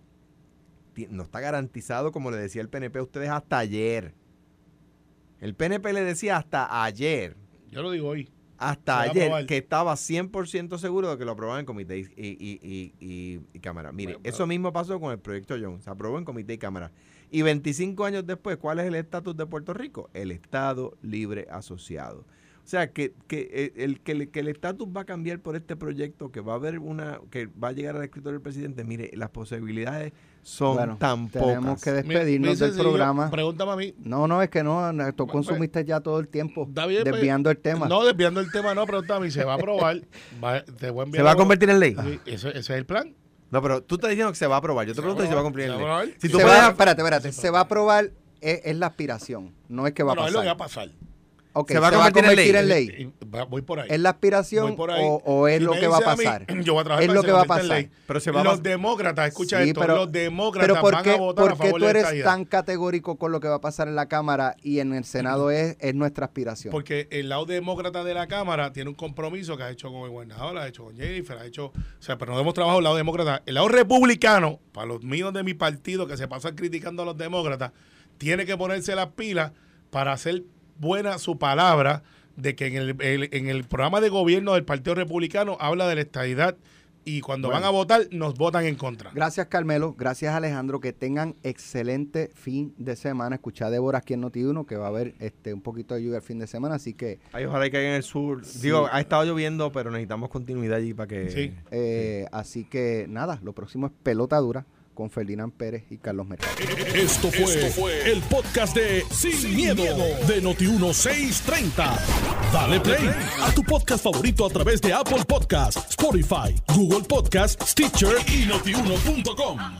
Speaker 3: Ti- No está garantizado, como le decía el PNP a ustedes hasta ayer. El PNP le decía hasta ayer,
Speaker 4: Yo lo digo hoy. Se
Speaker 3: hasta
Speaker 4: va a
Speaker 3: ayer,
Speaker 4: aprobar.
Speaker 3: que estaba 100% seguro de que lo aprobaban en comité y, y- y- y- y cámara. Mire,
Speaker 4: Bueno, pero-
Speaker 3: eso mismo pasó con el proyecto Jones, se aprobó en comité y cámara. Y 25 años después, ¿cuál es el estatus de Puerto Rico? El Estado Libre Asociado. O sea, que, que, eh, el, que, el- que el estatus va a cambiar por este proyecto, que va a haber una, que va a llegar al escritorio del presidente. Mire, las posibilidades son
Speaker 2: Bueno,
Speaker 3: tan
Speaker 2: tenemos
Speaker 3: pocas.
Speaker 2: que
Speaker 4: Mi- mi
Speaker 2: despedirnos del
Speaker 4: sencillo,
Speaker 2: programa.
Speaker 4: Pregúntame a mí.
Speaker 2: No, no, es que no, no, tú
Speaker 3: pues,
Speaker 4: Bueno,
Speaker 2: consumiste ya todo el tiempo
Speaker 4: Está bien, pues,
Speaker 2: desviando el tema.
Speaker 4: No, desviando el tema, no, pregúntame a mí. Se va a aprobar. va- te voy a enviar
Speaker 3: ¿Se va a
Speaker 4: algo.
Speaker 3: convertir en ley?
Speaker 4: Sí, ese, ese es el plan.
Speaker 3: No, pero tú estás diciendo que se va a aprobar. Yo te
Speaker 4: Se va
Speaker 3: pregunto si se va a cumplir
Speaker 4: aprobar, se
Speaker 3: en
Speaker 4: va
Speaker 3: ley.
Speaker 4: a aprobar.
Speaker 3: Si
Speaker 2: se
Speaker 3: tú
Speaker 2: va-
Speaker 3: puedes-
Speaker 2: espérate, espérate, se va a aprobar, es, es la aspiración, no es que va
Speaker 4: Bueno,
Speaker 2: a
Speaker 4: es lo que va a
Speaker 2: pasar.
Speaker 4: pasar.
Speaker 2: Ok,
Speaker 3: Se va a convertir en ley.
Speaker 4: Y- y va- voy por ahí.
Speaker 2: ¿Es la aspiración
Speaker 4: Voy por ahí.
Speaker 2: o, o es
Speaker 4: Si
Speaker 2: lo
Speaker 4: me
Speaker 2: que va a
Speaker 4: dices mí,
Speaker 2: pasar?
Speaker 4: yo voy a trabajar
Speaker 2: Es
Speaker 4: para
Speaker 2: lo
Speaker 4: se
Speaker 2: que va a
Speaker 4: convierta en
Speaker 2: pasar.
Speaker 4: ley.
Speaker 3: Pero se va a
Speaker 4: los
Speaker 3: pas-
Speaker 4: demócratas, escucha
Speaker 2: Sí,
Speaker 4: esto,
Speaker 2: pero-
Speaker 4: los demócratas
Speaker 2: Pero ¿por
Speaker 4: van
Speaker 2: qué,
Speaker 4: a votar
Speaker 2: por
Speaker 4: a
Speaker 2: qué
Speaker 4: favor
Speaker 2: tú
Speaker 4: de la
Speaker 2: eres
Speaker 4: estadidad.
Speaker 2: tan categórico con lo que va a pasar en la Cámara y en el Senado es, es nuestra aspiración?
Speaker 4: Porque el lado demócrata de la Cámara tiene un compromiso que ha hecho con el gobernador, ha hecho con Jennifer, ha hecho. O sea, pero no hemos trabajado el lado demócrata. El lado republicano, para los míos de mi partido que se pasan criticando a los demócratas, tiene que ponerse las pilas para hacer buena su palabra de que en el, el- en el programa de gobierno del Partido Republicano habla de la estadidad y cuando van a votar, nos votan en contra.
Speaker 2: Gracias Carmelo, gracias Alejandro, que tengan excelente fin de semana. Escucha a Débora aquí en Noti1 que va a haber este, un poquito de lluvia el fin de semana, así que
Speaker 3: Ay, ojalá y caiga en el sur. Digo, ha estado lloviendo, pero necesitamos continuidad allí para que.
Speaker 4: Sí.
Speaker 2: eh, así que nada, lo próximo es pelota dura con Ferdinand Pérez y Carlos Mercado.
Speaker 1: Esto fue, el podcast de Sin, miedo, de Noti1630. Dale play a tu podcast favorito a través de Apple Podcasts, Spotify, Google Podcasts, Stitcher y notiuno.com.